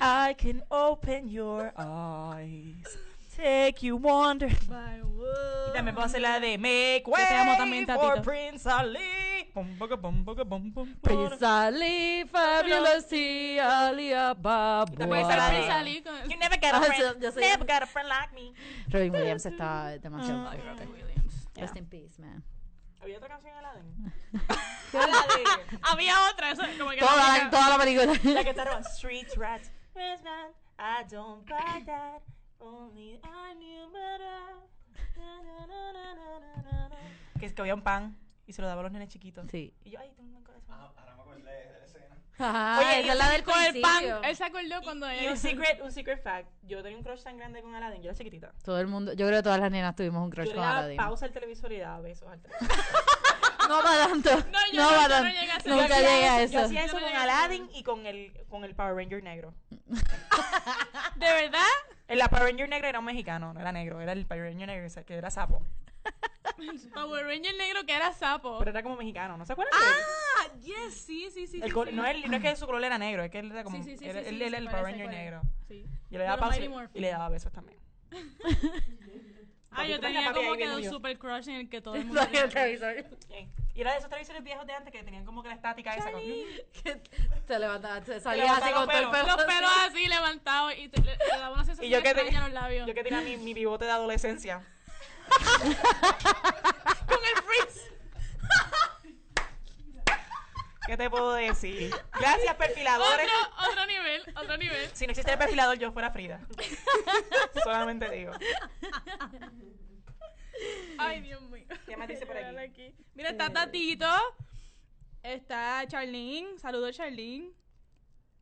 Speaker 2: I can open your eyes. Take you wander.
Speaker 3: By wood.
Speaker 2: También puedo hacer la de Make Way
Speaker 3: te amo también,
Speaker 2: for
Speaker 3: Tatito.
Speaker 2: Prince Ali. Bum, baga, bum, baga, bum, bum,
Speaker 1: Prince Ali, fabulous, he,
Speaker 2: Puede
Speaker 3: Puede
Speaker 2: ser
Speaker 3: ser
Speaker 2: Wow.
Speaker 3: Prince
Speaker 1: Alibaba.
Speaker 3: Ali con
Speaker 2: You never got a
Speaker 1: Ah,
Speaker 2: friend.
Speaker 1: sí, yo sé.
Speaker 2: Never got a friend like me.
Speaker 1: Robin Williams está demasiado
Speaker 2: Ah.
Speaker 1: padre.
Speaker 3: Williams.
Speaker 1: Rest in peace, man.
Speaker 2: ¿Había otra canción Aladdin?
Speaker 3: Había otra, eso como que
Speaker 1: Toda
Speaker 3: no
Speaker 1: la, toda la película.
Speaker 2: La que está arriba, Street Rat. Street Rat, I don't buy that. Only I knew better. Na, na, na, na, na, na, na. Que es que había un pan y se lo daba a los nenes chiquitos.
Speaker 1: Sí.
Speaker 2: Y yo, ay, tengo un corazón.
Speaker 1: Ajá,
Speaker 2: Oye,
Speaker 1: esa es la del
Speaker 3: con el pan.
Speaker 1: principio.
Speaker 3: Él se acordó cuando
Speaker 2: Y
Speaker 3: ella
Speaker 2: un secret, un secret fact. Yo tenía un crush tan grande con Aladdin, yo era chiquitita.
Speaker 1: Todo el mundo, yo creo que todas las nenas tuvimos un
Speaker 2: Yo
Speaker 1: crush
Speaker 2: le
Speaker 1: con
Speaker 2: daba
Speaker 1: Aladdin.
Speaker 2: pausa al televisor y daba besos al televisor.
Speaker 1: No para tanto.
Speaker 3: No, yo
Speaker 1: No
Speaker 3: no,
Speaker 1: para
Speaker 3: yo no
Speaker 1: tanto.
Speaker 3: llegué a hacer
Speaker 1: Nunca
Speaker 3: eso.
Speaker 1: llegué a
Speaker 2: Yo
Speaker 1: eso.
Speaker 2: hacía eso
Speaker 3: Yo no
Speaker 2: con
Speaker 3: llegué a hacer
Speaker 2: Aladdin y con el, con el Power Ranger negro.
Speaker 3: "Ah, ¿De verdad?
Speaker 2: El la Power Ranger negro era un mexicano, no era negro, era el Power Ranger negro, o sea, que era sapo.
Speaker 3: Power Ranger negro que era sapo.
Speaker 2: Pero era como mexicano, ¿no se acuerdan? de él?
Speaker 3: Ah, yes, sí, sí, sí.
Speaker 2: El
Speaker 3: sí,
Speaker 2: col-
Speaker 3: sí.
Speaker 2: no, el- no es que su color era negro, es que él era como.
Speaker 3: Sí, sí, sí,
Speaker 2: era-
Speaker 3: sí,
Speaker 2: él
Speaker 3: sí,
Speaker 2: era
Speaker 3: sé
Speaker 2: el
Speaker 3: cuál
Speaker 2: Power
Speaker 3: es, sé
Speaker 2: Ranger
Speaker 3: cuál es.
Speaker 2: negro.
Speaker 3: Sí.
Speaker 2: Yo le
Speaker 3: De
Speaker 2: daba
Speaker 3: los
Speaker 2: pausa
Speaker 3: Mighty
Speaker 2: y-
Speaker 3: Morphin.
Speaker 2: y le daba besos también.
Speaker 3: Ah, yo
Speaker 2: Papito,
Speaker 3: tenía
Speaker 2: papi, ahí
Speaker 3: como que
Speaker 2: viene
Speaker 3: un
Speaker 2: Dios.
Speaker 3: super crush en el que todo el mundo.
Speaker 1: Soy el televisor.
Speaker 2: Sí. Y era de esos televisores viejos de antes que tenían como que la estática esa. Con...
Speaker 1: Que te levantabas, te salías
Speaker 2: levantaba
Speaker 1: así con todo el
Speaker 2: los pelos.
Speaker 1: pelo.
Speaker 3: Los pelos
Speaker 1: así.
Speaker 3: así levantados y te, le, le daba una sensación
Speaker 2: Y yo que, te-
Speaker 3: extraña en los labios.
Speaker 2: "Mm, yo que tenía mi, mi bigote de adolescencia.
Speaker 3: Con el frizz.
Speaker 2: ¿Qué te puedo decir? Gracias, perfiladores.
Speaker 3: Otro, otro nivel, otro nivel.
Speaker 2: Si no existiera el perfilador, yo fuera Frida. Solamente digo.
Speaker 3: Ay, Dios mío.
Speaker 2: ¿Qué más dice por aquí?
Speaker 3: Voy a darle Mira, está Tatito. Está Charlene. Saludos, Charlene.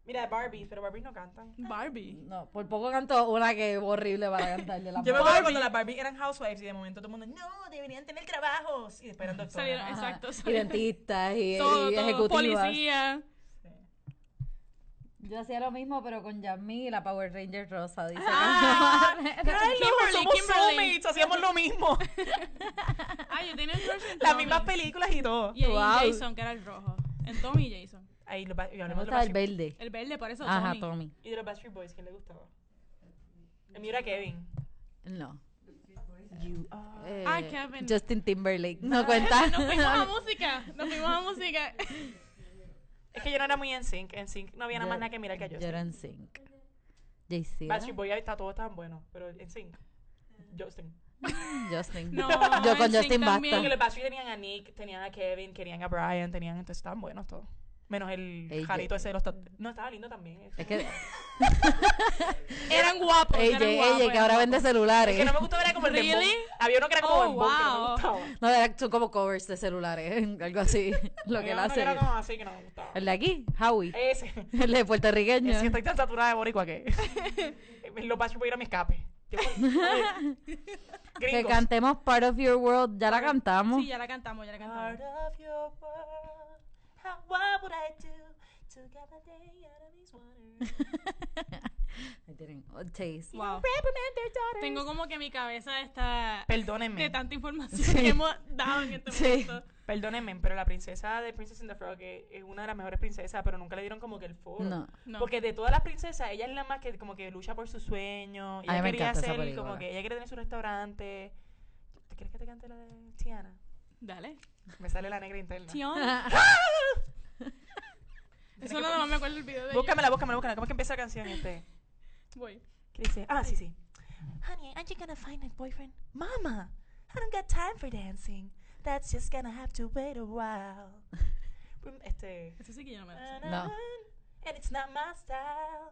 Speaker 2: Mira, Barbies, pero Barbies no cantan.
Speaker 3: Barbie.
Speaker 1: No, por poco canto una que es horrible para cantar de la
Speaker 2: Yo me acuerdo cuando las Barbies eran housewives y de momento todo el mundo, no, deberían tener trabajos. Y después eran doctoras.
Speaker 3: Salieron,
Speaker 1: Ajá.
Speaker 3: exacto.
Speaker 1: Y
Speaker 3: salieron.
Speaker 1: dentistas y,
Speaker 3: Todo,
Speaker 1: y
Speaker 3: todo.
Speaker 1: ejecutivas.
Speaker 3: Policía.
Speaker 1: Yo hacía lo mismo, pero con Yami y la Power Ranger rosa. Dice
Speaker 2: Ay, no,
Speaker 3: Ah. Kimberly,
Speaker 2: somos
Speaker 3: Kimberly.
Speaker 2: soulmates, hacíamos lo mismo.
Speaker 3: Ah, yo tenía el crush en
Speaker 2: Las
Speaker 3: Tommy.
Speaker 2: mismas películas y todo.
Speaker 3: Y en
Speaker 1: Wow.
Speaker 3: Jason, que era el rojo. En Tommy y Jason.
Speaker 2: Ahí lo, y
Speaker 1: Me
Speaker 2: hablemos de
Speaker 1: gusta
Speaker 2: los
Speaker 1: el
Speaker 2: Backstreet-
Speaker 1: verde.
Speaker 3: El verde, por eso
Speaker 1: Ajá,
Speaker 3: Tommy.
Speaker 1: Tommy.
Speaker 2: y de los Backstreet Boys, ¿quién le gustaba? El mío era Kevin.
Speaker 1: No. Eh,
Speaker 3: Ah, Kevin.
Speaker 1: Justin Timberlake. No cuenta.
Speaker 3: Nos fuimos a música. Nos fuimos a música.
Speaker 2: Es que yo no era muy en sync. En sync no había nada más
Speaker 1: Yo-
Speaker 2: nada que mirar que yo.
Speaker 1: Yo era en sync. JC. ¿verdad?
Speaker 2: Backstreet Boys ahí está todo tan bueno, pero en sync.
Speaker 1: Mm.
Speaker 2: Justin.
Speaker 1: Justin.
Speaker 3: No,
Speaker 1: Yo con
Speaker 3: en sync
Speaker 1: Justin
Speaker 3: también.
Speaker 1: basta.
Speaker 2: Porque los Backstreet tenían a Nick, tenían a Kevin, querían a Brian, tenían, entonces estaban buenos todos. Menos el
Speaker 1: Ey,
Speaker 2: jarito
Speaker 1: yo-
Speaker 2: ese de los... tot- No, estaba lindo también. ese.
Speaker 1: Es que,
Speaker 3: Eran guapos.
Speaker 1: ey,
Speaker 3: eran
Speaker 1: ey,
Speaker 3: guapos,
Speaker 1: ey, que
Speaker 3: eran
Speaker 1: ahora
Speaker 3: guapos.
Speaker 1: vende celulares.
Speaker 2: El que no me gustaba era como el
Speaker 3: Really?
Speaker 2: Bembón. Había uno que era como
Speaker 3: Oh,
Speaker 2: Bembón, que no me
Speaker 3: wow.
Speaker 2: gustaba.
Speaker 1: No, era- son como covers de celulares, algo así. Lo que
Speaker 2: Había
Speaker 1: él
Speaker 2: uno
Speaker 1: hace.
Speaker 2: era como así que no me gustaba.
Speaker 1: El de aquí, Howie.
Speaker 2: Ese.
Speaker 1: El de puertorriqueño.
Speaker 2: Es que estoy tan saturada de boricua que... Los Backstreet Boys era mi escape. Yo-
Speaker 1: Que
Speaker 2: Gringos.
Speaker 1: cantemos Part of Your World, ya la cantamos.
Speaker 3: Sí, ya la cantamos, ya la cantamos.
Speaker 2: Part of your world. How, what would I do to get a day out of these waters?
Speaker 1: Ahí tienen, oh, Taste.
Speaker 3: Wow.
Speaker 2: Reprimand their daughters.
Speaker 3: Tengo como que mi cabeza está
Speaker 2: Perdónenme.
Speaker 3: de tanta información que hemos dado en este
Speaker 1: Sí.
Speaker 3: momento.
Speaker 2: Perdónenme, pero la princesa de Princess and the Frog es es una de las mejores princesas, pero nunca le dieron como que el foro.
Speaker 1: No.
Speaker 3: No.
Speaker 2: Porque de todas las princesas, ella es la más que como que lucha por su sueño. Ella
Speaker 1: Ay, me
Speaker 2: quería
Speaker 1: encanta esa
Speaker 2: hacer
Speaker 1: película.
Speaker 2: como que ella quiere tener su restaurante. ¿Te quieres que te cante la de Tiana?
Speaker 3: Dale.
Speaker 2: Me sale la negra interna.
Speaker 3: Tion. Eso nada más me acuerdo el video de
Speaker 2: Búscamela, búscamela, búscamela. ¿Cómo es que empieza la canción este?
Speaker 3: ellos. Voy.
Speaker 2: ¿Qué dice? Ah, sí, sí.
Speaker 6: Honey, aren't you gonna find a boyfriend?
Speaker 2: Mama, I don't got time for dancing. That's just gonna have to wait a while. Rem- Este.
Speaker 3: Eso sí que yo no me lo sé.
Speaker 1: No.
Speaker 2: And it's not my style.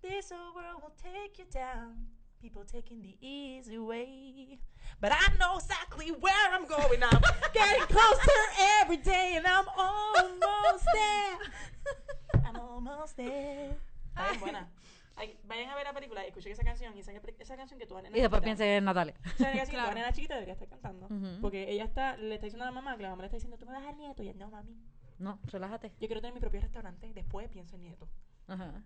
Speaker 2: This old world will take you down. People taking the easy way. But I know exactly where I'm going. I'm getting closer every day, and I'm almost there. I'm almost there. Ay, buena. Ay, vayan a ver la película, escuchen esa canción y esa, esa canción que tú
Speaker 1: Y después piensen en Natalia.
Speaker 2: o sea, que así,
Speaker 3: Claro.
Speaker 2: la nena chiquita debería estar cantando.
Speaker 1: Ujú.
Speaker 2: Porque ella está, le está diciendo a la mamá que la mamá le está diciendo, tú me vas a dar nieto. Y ella, no, mami,
Speaker 1: No, relájate.
Speaker 2: yo quiero tener mi propio restaurante. Después pienso en nieto.
Speaker 1: Ajá.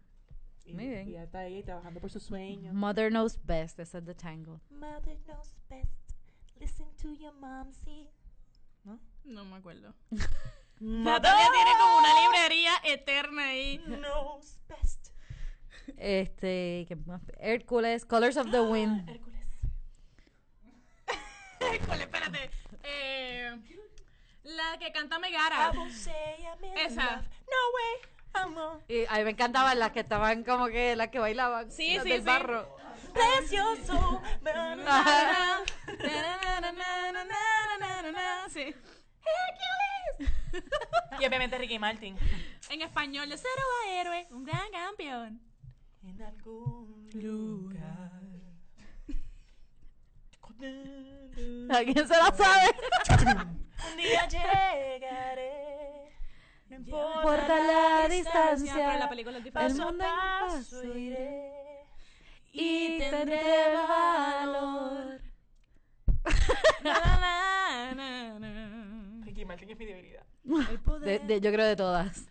Speaker 2: Y,
Speaker 1: Muy bien.
Speaker 2: Y ya está ella trabajando por su sueño.
Speaker 1: Mother knows best, esa es The Tangle.
Speaker 2: Mother knows best. Listen to your mom, see.
Speaker 3: No me acuerdo.
Speaker 2: Mother
Speaker 3: Natalia tiene como una librería eterna ahí.
Speaker 2: knows best.
Speaker 1: Este, ¿qué más? Hércules, Colors of the Wind.
Speaker 2: Hércules.
Speaker 3: Híjole, espérate. Eh, la que canta Megara.
Speaker 2: I won't say I'm in
Speaker 3: Esa.
Speaker 2: love. No way. I'm on.
Speaker 1: Y a mí me encantaban las que estaban como que las que bailaban.
Speaker 3: Sí,
Speaker 1: las
Speaker 3: sí,
Speaker 1: del
Speaker 3: sí.
Speaker 1: barro.
Speaker 2: Bless your soul. Na, na, na.
Speaker 1: Ajá.
Speaker 3: Sí.
Speaker 2: y obviamente Ricky Martin.
Speaker 3: En español, de cero a héroe, un gran campeón.
Speaker 2: En algún lugar. Un
Speaker 1: ¿A quién se la sabe?
Speaker 2: día llegaré. No
Speaker 1: Importa la
Speaker 3: Sí, ah, pero la
Speaker 1: distancia.
Speaker 3: película es
Speaker 1: El
Speaker 3: diferente.
Speaker 2: Paso a
Speaker 1: mundo en
Speaker 2: paso
Speaker 1: paso
Speaker 2: iré.
Speaker 1: y tendré valor.
Speaker 3: Na, na, na, na.
Speaker 2: Ricky Martin es mi debilidad.
Speaker 1: De- de- yo creo de todas.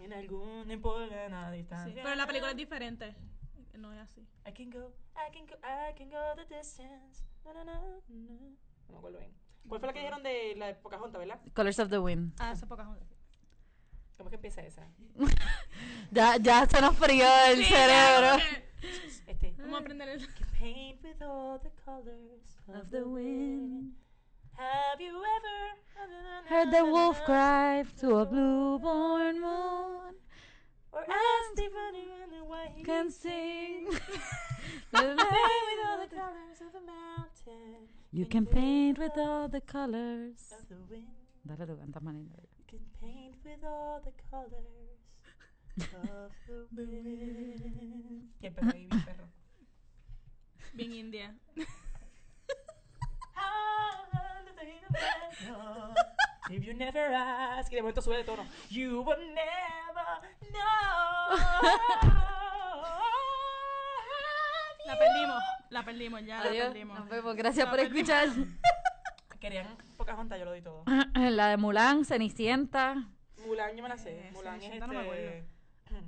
Speaker 2: En algún no importa la distancia.
Speaker 3: Pero la película es diferente. No es así.
Speaker 2: I can go, I can go, I can go the distance. Na, na, na, na. No me acuerdo bien. ¿Cuál fue la que dijeron de la de Pocahontas, verdad?
Speaker 1: Colors of the Wind.
Speaker 3: Ah, eso es Pocahontas.
Speaker 2: ¿Cómo es que empieza esa?
Speaker 1: Ya, ya se nos frió el cerebro.
Speaker 2: Este.
Speaker 3: Vamos a aprender el...
Speaker 2: Paint with all the colors
Speaker 1: Of the wind.
Speaker 2: Have you ever
Speaker 1: Heard the wolf cry to a blue-born moon.
Speaker 2: Or asked if anyone why he
Speaker 1: Can sing.
Speaker 2: Paint with all the colors of the mountain.
Speaker 1: you can paint with all the colors.
Speaker 2: Of the wind.
Speaker 1: Dale tú, cantas más lindo.
Speaker 2: You can paint with all the colors. Of the wind. Y el perro y el perro.
Speaker 3: Bien india.
Speaker 2: Ah, If you never ask, y de momento sube de tono. You will never know.
Speaker 3: La perdimos, la perdimos, ya la
Speaker 1: Adiós.
Speaker 3: perdimos.
Speaker 1: Nos vemos. Gracias
Speaker 3: La
Speaker 1: por
Speaker 3: perdimos.
Speaker 1: escuchar.
Speaker 2: Querían Pocahontas, yo lo di todo.
Speaker 1: La de Mulan, Cenicienta.
Speaker 2: Mulan, yo me la sé. Mulan es
Speaker 3: Cenicienta no me
Speaker 2: este...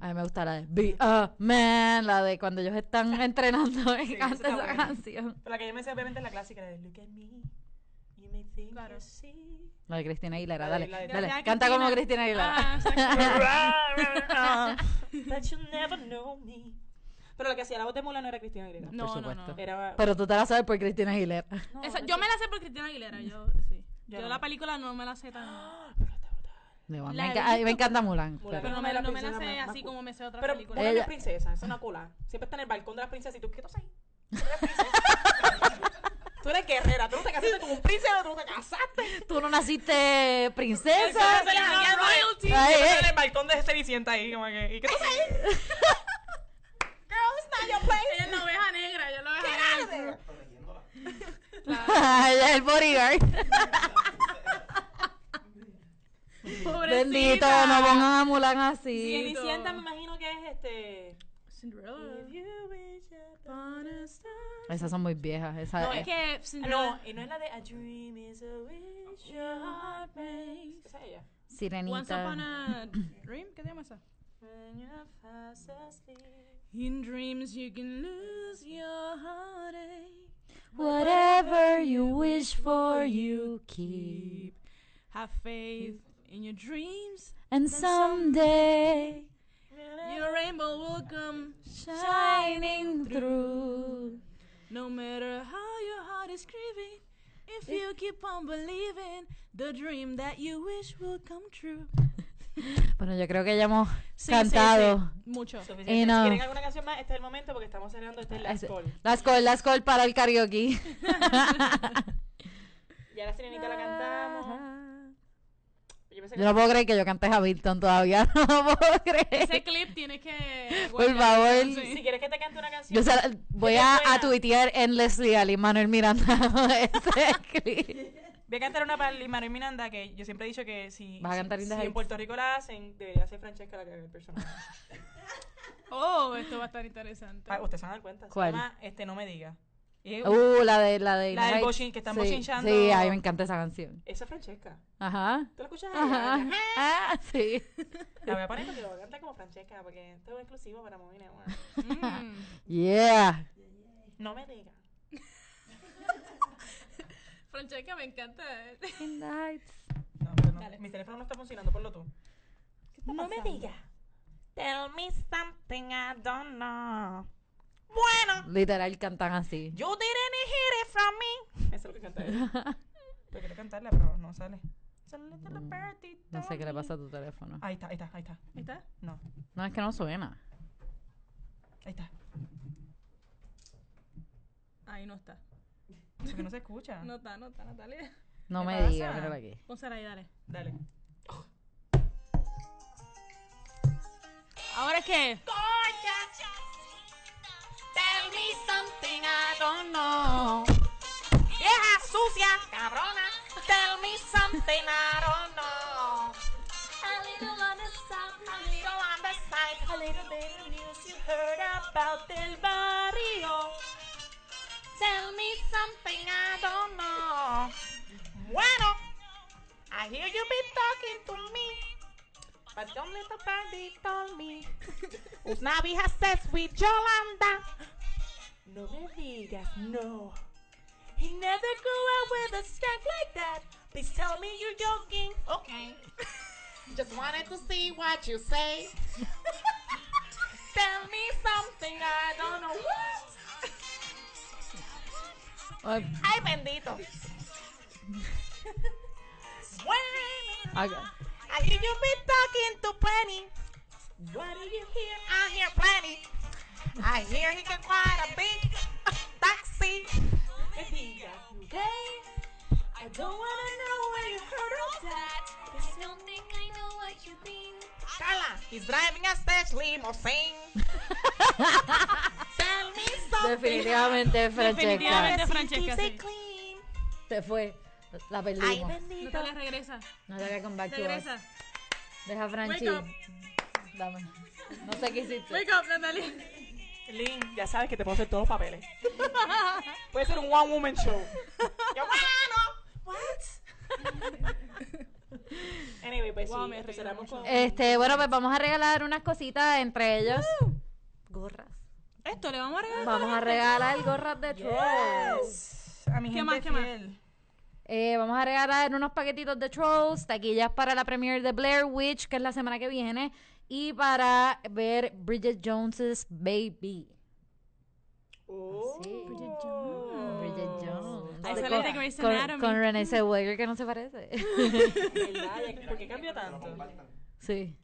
Speaker 1: A mí me gusta la de Be a Man, la de cuando ellos están entrenando y
Speaker 2: Sí,
Speaker 1: canta
Speaker 2: esa está
Speaker 1: esa
Speaker 2: buena.
Speaker 1: canción.
Speaker 2: Pero la que yo me sé obviamente es la clásica de Look at me. You may think
Speaker 3: Claro.
Speaker 2: you see.
Speaker 1: La de Cristina Aguilera,
Speaker 2: La de-
Speaker 1: dale,
Speaker 2: la de-
Speaker 1: dale.
Speaker 3: Ya, ya,
Speaker 1: Canta como Cristina
Speaker 3: Ah,
Speaker 1: Aguilera.
Speaker 3: exacto.
Speaker 2: But you never know me. Pero la que hacía la voz de Mulan no era Cristina Aguilera.
Speaker 3: No,
Speaker 1: por
Speaker 3: no,
Speaker 1: supuesto.
Speaker 3: no.
Speaker 2: Era...
Speaker 1: Pero tú te la sabes por Cristina Aguilera.
Speaker 2: No,
Speaker 3: Esa-
Speaker 2: no
Speaker 3: yo
Speaker 2: sé.
Speaker 3: me la sé por Cristina Aguilera, yo sí.
Speaker 2: Yo
Speaker 3: Yo,
Speaker 2: no.
Speaker 3: la película no me la sé
Speaker 1: Ah,
Speaker 3: tan.
Speaker 1: Digo, me,
Speaker 3: La he
Speaker 1: enca- ay, me
Speaker 3: visto,
Speaker 1: encanta Mulan.
Speaker 2: Mulan.
Speaker 1: pero-
Speaker 3: Pero no
Speaker 2: Una de
Speaker 3: me,
Speaker 2: las
Speaker 3: no me la
Speaker 2: princesas
Speaker 3: sé
Speaker 2: más- más
Speaker 3: así
Speaker 2: cool.
Speaker 3: como me sé otras
Speaker 2: Pero Mulan
Speaker 3: películas.
Speaker 1: Ella-
Speaker 2: es princesa, es una cola. Siempre está en el balcón de las princesas y tú, ¿qué tú ahí? Tú eres guerrera, tú no te casaste con un príncipe, tú no te casaste.
Speaker 1: Tú no naciste princesa.
Speaker 2: Siempre está
Speaker 1: Ay,
Speaker 2: en
Speaker 1: ay.
Speaker 2: el balcón de Cenicienta ahí, como que, ¿y qué tú ahí?
Speaker 3: Ella es la oveja negra, ella es la oveja negra.
Speaker 1: Ella es el bodyguard.
Speaker 3: Pobrecita.
Speaker 1: Bendito, no pongan a Mulan así.
Speaker 2: Cenicienta me imagino que es este...
Speaker 3: Cinderella.
Speaker 2: If you wish upon-
Speaker 1: Esas son muy viejas. Esas,
Speaker 2: No,
Speaker 3: Es que Cinderella.
Speaker 2: Ah, No, y no es la de A Dream is a wish your heart makes. Esa es ella.
Speaker 1: Sirenita.
Speaker 3: Once Upon a Dream, ¿qué se llama esa?
Speaker 2: When you're fast asleep.
Speaker 3: In dreams you can lose your heartache.
Speaker 1: Whatever you wish for, you keep.
Speaker 3: Have faith in your dreams.
Speaker 1: And someday,
Speaker 3: Your rainbow will come.
Speaker 1: shining through.
Speaker 3: No matter how your heart is grieving, if you keep on believing, the dream that you wish will come true.
Speaker 1: Bueno, yo creo que ya hemos
Speaker 3: Sí, sí,
Speaker 1: cantado.
Speaker 3: sí, Mucho.
Speaker 2: Suficiente.
Speaker 1: Y no.
Speaker 2: Si quieren alguna canción más, este es el momento porque estamos cerrando este es el last call.
Speaker 1: Las call, las call para el karaoke.
Speaker 2: Ya la sirenita la cantamos. Ah. Yo pensé que
Speaker 1: Yo no puedo creer que yo cante Hamilton todavía. No lo puedo creer.
Speaker 3: Ese clip tienes que.
Speaker 1: Por
Speaker 3: guardarlo,
Speaker 1: favor.
Speaker 2: si
Speaker 3: sí.
Speaker 2: quieres que te cante una canción.
Speaker 1: Yo se- voy a, a tuitear en Leslie Ali Manuel Miranda ese clip.
Speaker 2: Voy a cantar una para Limaro y Miranda que yo siempre he dicho que si,
Speaker 1: ¿Vas a
Speaker 2: si-
Speaker 1: cantar
Speaker 2: si,
Speaker 1: Linda
Speaker 2: en
Speaker 1: Heights?
Speaker 2: Puerto Rico la hacen, debería ser Francesca la que haga el personaje.
Speaker 3: Oh, esto va a estar interesante.
Speaker 2: Ah, Ustedes se van a dar cuenta. Se
Speaker 1: ¿Cuál?
Speaker 2: llama, este no me diga. Y es-
Speaker 1: Uh, la de la de
Speaker 2: La del
Speaker 1: Heights.
Speaker 2: bochin- que están
Speaker 1: sí,
Speaker 2: bochinchando.
Speaker 1: Sí, ay, me encanta esa canción.
Speaker 2: Esa es Francesca.
Speaker 1: Ajá.
Speaker 2: ¿Tú la escuchas?
Speaker 1: Ajá.
Speaker 2: Ella?
Speaker 1: Ah, sí.
Speaker 2: La voy a poner porque lo voy a cantar como Francesca porque esto es exclusivo para Movie Network.
Speaker 3: Mm.
Speaker 1: Yeah.
Speaker 2: No me diga.
Speaker 3: Francesca, me encanta.
Speaker 1: In the Heights.
Speaker 2: No, pero no. Mi teléfono no está funcionando, ponlo tú.
Speaker 7: No me digas.
Speaker 2: Tell me something I don't know. Bueno,
Speaker 1: Literal cantan así.
Speaker 2: you didn't hear it from me. Eso es lo que canta ella. Yo quiero cantarla, pero no sale.
Speaker 1: No sé qué le pasa a tu teléfono.
Speaker 2: Ahí está, ahí está, ahí está.
Speaker 3: ¿Ahí está?
Speaker 2: No,
Speaker 1: No, es que no suena.
Speaker 2: ahí está.
Speaker 3: Ahí no está.
Speaker 2: Porque no se escucha.
Speaker 3: No está, no está, Natalia.
Speaker 1: No
Speaker 2: ¿Qué
Speaker 1: me
Speaker 2: pasa?
Speaker 1: digas, mírala aquí.
Speaker 3: Pónsela ahí, dale.
Speaker 2: Dale.
Speaker 3: ¿Ahora qué?
Speaker 2: Tell me something I don't know. Vieja sucia, cabrona. Tell me something I don't know. A little on the side, a little on the side, a little bit of news you heard about Del Barrio. Tell me something I don't know. Bueno, I hear you be talking to me. But don't let the bandit on me. Una vieja says with Yolanda. No me digas no. He never grew up with a stack like that. Please tell me you're joking. Okay. Just wanted to see what you say. tell me something I don't know what.
Speaker 1: Ay,
Speaker 2: Ay, bendito. Bueno.
Speaker 1: acá.
Speaker 2: I hear you be talking to Penny. What do you hear? I hear Penny. I hear he can quite a big taxi. If he got you gay, I don't wanna know where you heard of that.
Speaker 4: I don't think I know what you mean.
Speaker 2: Carla, he's driving a stage limousine. Tell me something.
Speaker 1: Definitivamente, Francesca.
Speaker 3: Definitivamente.
Speaker 2: Does he
Speaker 3: Francesca,
Speaker 2: keep
Speaker 3: sí.
Speaker 2: it clean?
Speaker 1: Se fue. La
Speaker 2: Ay,
Speaker 1: perdimos.
Speaker 3: No
Speaker 2: bendito.
Speaker 3: te le regresa.
Speaker 1: No te voy a come back to us.
Speaker 3: Regresa.
Speaker 1: Deja a Franchi.
Speaker 3: Wake up.
Speaker 1: Dame. No sé qué hiciste.
Speaker 3: Wake up, Natalie.
Speaker 2: Lin, ya sabes que te puedo hacer todos los papeles. Puede ser un one woman show. Yo, bueno, what? anyway, pues
Speaker 3: Wow,
Speaker 2: sí,
Speaker 3: me reí
Speaker 2: empezaremos
Speaker 3: mucho.
Speaker 2: con
Speaker 1: Este, bueno, pues vamos a regalar unas cositas entre ellos. Gorras.
Speaker 3: Esto le vamos a regalar.
Speaker 1: Vamos a regalar gorras de trolls.
Speaker 8: A mi
Speaker 3: ¿Qué
Speaker 8: gente
Speaker 3: más, qué más?
Speaker 8: fiel.
Speaker 1: Eh, vamos a regalar unos paquetitos de trolls, taquillas para la premiere de Blair Witch, que es la semana que viene, y para ver Bridget Jones's Baby.
Speaker 2: Oh.
Speaker 1: Sí.
Speaker 3: Bridget Jones.
Speaker 1: Bridget Jones.
Speaker 3: Ahí
Speaker 1: Con-
Speaker 3: sale de Grey's
Speaker 1: con-
Speaker 3: Anatomy.
Speaker 1: con Renee Zellweger, que no se parece.
Speaker 2: ¿Verdad? Ya- ¿Por qué cambió tanto?
Speaker 1: sí.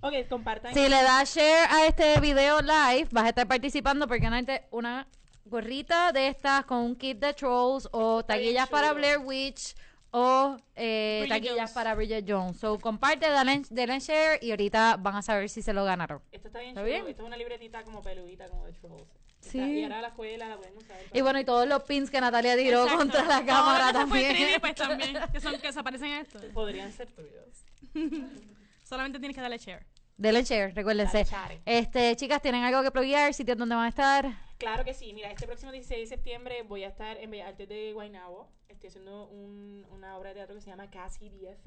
Speaker 2: Ok, compartan.
Speaker 1: Si le das share a este video live, vas a estar participando por ganarte una gorrita de estas con un kit de trolls o taquillas para Blair Witch o eh,
Speaker 3: Bridget
Speaker 1: taquillas
Speaker 3: Jones.
Speaker 1: para Bridget Jones. So comparte, dale, dale share y ahorita van a saber si se lo ganaron.
Speaker 2: Esto está bien
Speaker 1: ¿Está
Speaker 2: chulo.
Speaker 1: bien?
Speaker 2: Esto es una libretita como peludita, como de trolls.
Speaker 1: Sí.
Speaker 2: Y ahora la escuela la podemos usar.
Speaker 1: Y bueno, y todos los pins que Natalia tiró
Speaker 3: Exacto.
Speaker 1: contra la
Speaker 3: Todo
Speaker 1: cámara
Speaker 3: lo que fue
Speaker 1: también.
Speaker 3: 3D, pues también. Que son que desaparecen en esto.
Speaker 2: Podrían ser tuyos.
Speaker 3: Solamente tienes que darle share.
Speaker 1: Denle share, recuérdense.
Speaker 2: Dale share.
Speaker 1: Este, chicas, ¿tienen algo que pluguear? ¿Sitios donde van a estar?
Speaker 2: Claro que sí, mira, este próximo 16 de septiembre voy a estar en Bellas Artes de Guaynabo. Estoy haciendo un- una obra de teatro que se llama Casi BFF.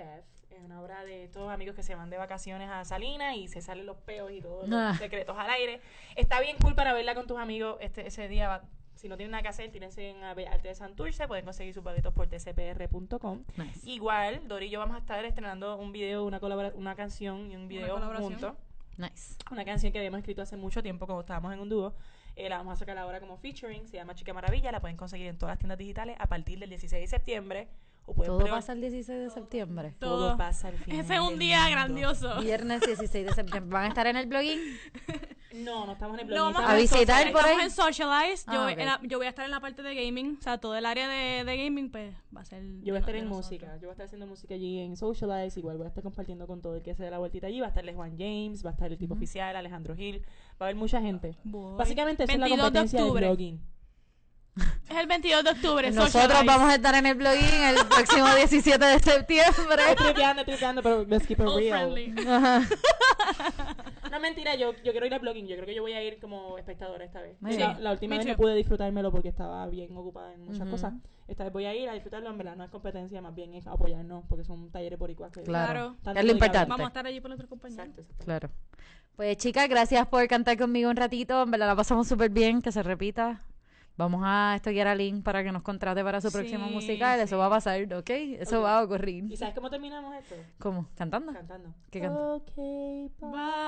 Speaker 2: Es una obra de estos amigos que se van de vacaciones a Salinas y se salen los peos y todos
Speaker 1: Ah.
Speaker 2: los secretos al aire. Está bien cool para verla con tus amigos este, ese día. va- si no tienen nada que hacer, tírense en a Bellas Artes de Santurce. Pueden conseguir sus boletos por tcpr.com.
Speaker 1: Nice.
Speaker 2: Igual, Dori y yo vamos a estar estrenando un video, una, colabora- una canción y un video
Speaker 3: colaboración.
Speaker 2: juntos
Speaker 1: Nice.
Speaker 2: una canción que habíamos escrito hace mucho tiempo cuando estábamos en un dúo. Eh, la vamos a sacar ahora como featuring, se llama Chica Maravilla, la pueden conseguir en todas las tiendas digitales a partir del 16 de septiembre. O pueden
Speaker 1: Todo
Speaker 2: pre-
Speaker 1: pasa el 16 de septiembre.
Speaker 2: todo
Speaker 3: Todo.
Speaker 2: pasa al final
Speaker 3: Ese es un
Speaker 2: del
Speaker 3: día
Speaker 2: mundo.
Speaker 3: grandioso.
Speaker 1: Viernes 16 de septiembre. ¿Van a estar en el blogging?
Speaker 2: No, no estamos en el blog.
Speaker 3: Lo
Speaker 2: ni
Speaker 3: vamos
Speaker 1: A
Speaker 2: estamos en
Speaker 1: visitar
Speaker 2: social.
Speaker 1: por ahí.
Speaker 3: Estamos en Socialize. Yo,
Speaker 1: Ah,
Speaker 3: voy-
Speaker 1: ok.
Speaker 3: en la- yo voy a estar en la parte de gaming. O sea, todo el área de, de gaming, pues va a ser.
Speaker 2: Yo voy a estar
Speaker 3: de
Speaker 2: en
Speaker 3: nosotros.
Speaker 2: música, yo voy a estar haciendo música allí en Socialize, igual voy a estar compartiendo con todo el que se dé la vueltita allí, va a estarle Juan James, va a estar el tipo oficial, Alejandro Gil, va a haber mucha gente.
Speaker 3: Voy.
Speaker 2: Básicamente esa es la
Speaker 3: 22 de
Speaker 2: competencia del
Speaker 3: octubre.
Speaker 2: blogging.
Speaker 3: Es el 22 de octubre.
Speaker 1: Nosotros
Speaker 3: Socialize.
Speaker 1: vamos a estar en el blogging el próximo 17 de septiembre.
Speaker 2: Estoy tripeando, tripeando, pero let's keep it
Speaker 3: All
Speaker 2: real.
Speaker 3: friendly.
Speaker 1: Ajá.
Speaker 2: No, mentira, yo, yo quiero ir a blogging. Yo creo que yo voy a ir como espectadora esta vez.
Speaker 1: Muy
Speaker 2: La,
Speaker 1: bien.
Speaker 2: la última
Speaker 3: Me
Speaker 2: vez no
Speaker 3: too.
Speaker 2: pude disfrutármelo porque estaba bien ocupada en muchas
Speaker 1: Ujú.
Speaker 2: cosas. Esta vez voy a ir a disfrutarlo. En verdad no es competencia, más bien es apoyarnos porque son talleres boricuas que...
Speaker 1: Claro.
Speaker 2: Claro.
Speaker 1: Es lo importante.
Speaker 3: Vamos a estar allí por nuestros compañeros.
Speaker 2: Exacto, exacto.
Speaker 1: Claro. Pues chicas, gracias por cantar conmigo un ratito. En verdad la pasamos súper bien, que se repita. Vamos a estudiar a Link para que nos contrate para su próximo
Speaker 3: Sí,
Speaker 1: musical. Eso va a pasar, ¿ok? Eso
Speaker 2: Ok.
Speaker 1: va a
Speaker 2: ¿Y
Speaker 1: ocurrir.
Speaker 2: sabes cómo terminamos esto?
Speaker 1: Ah. ¿Cómo? ¿Cantando?
Speaker 2: Cantando.
Speaker 1: ¿Qué canta?
Speaker 2: Ok, bye.
Speaker 3: Bye.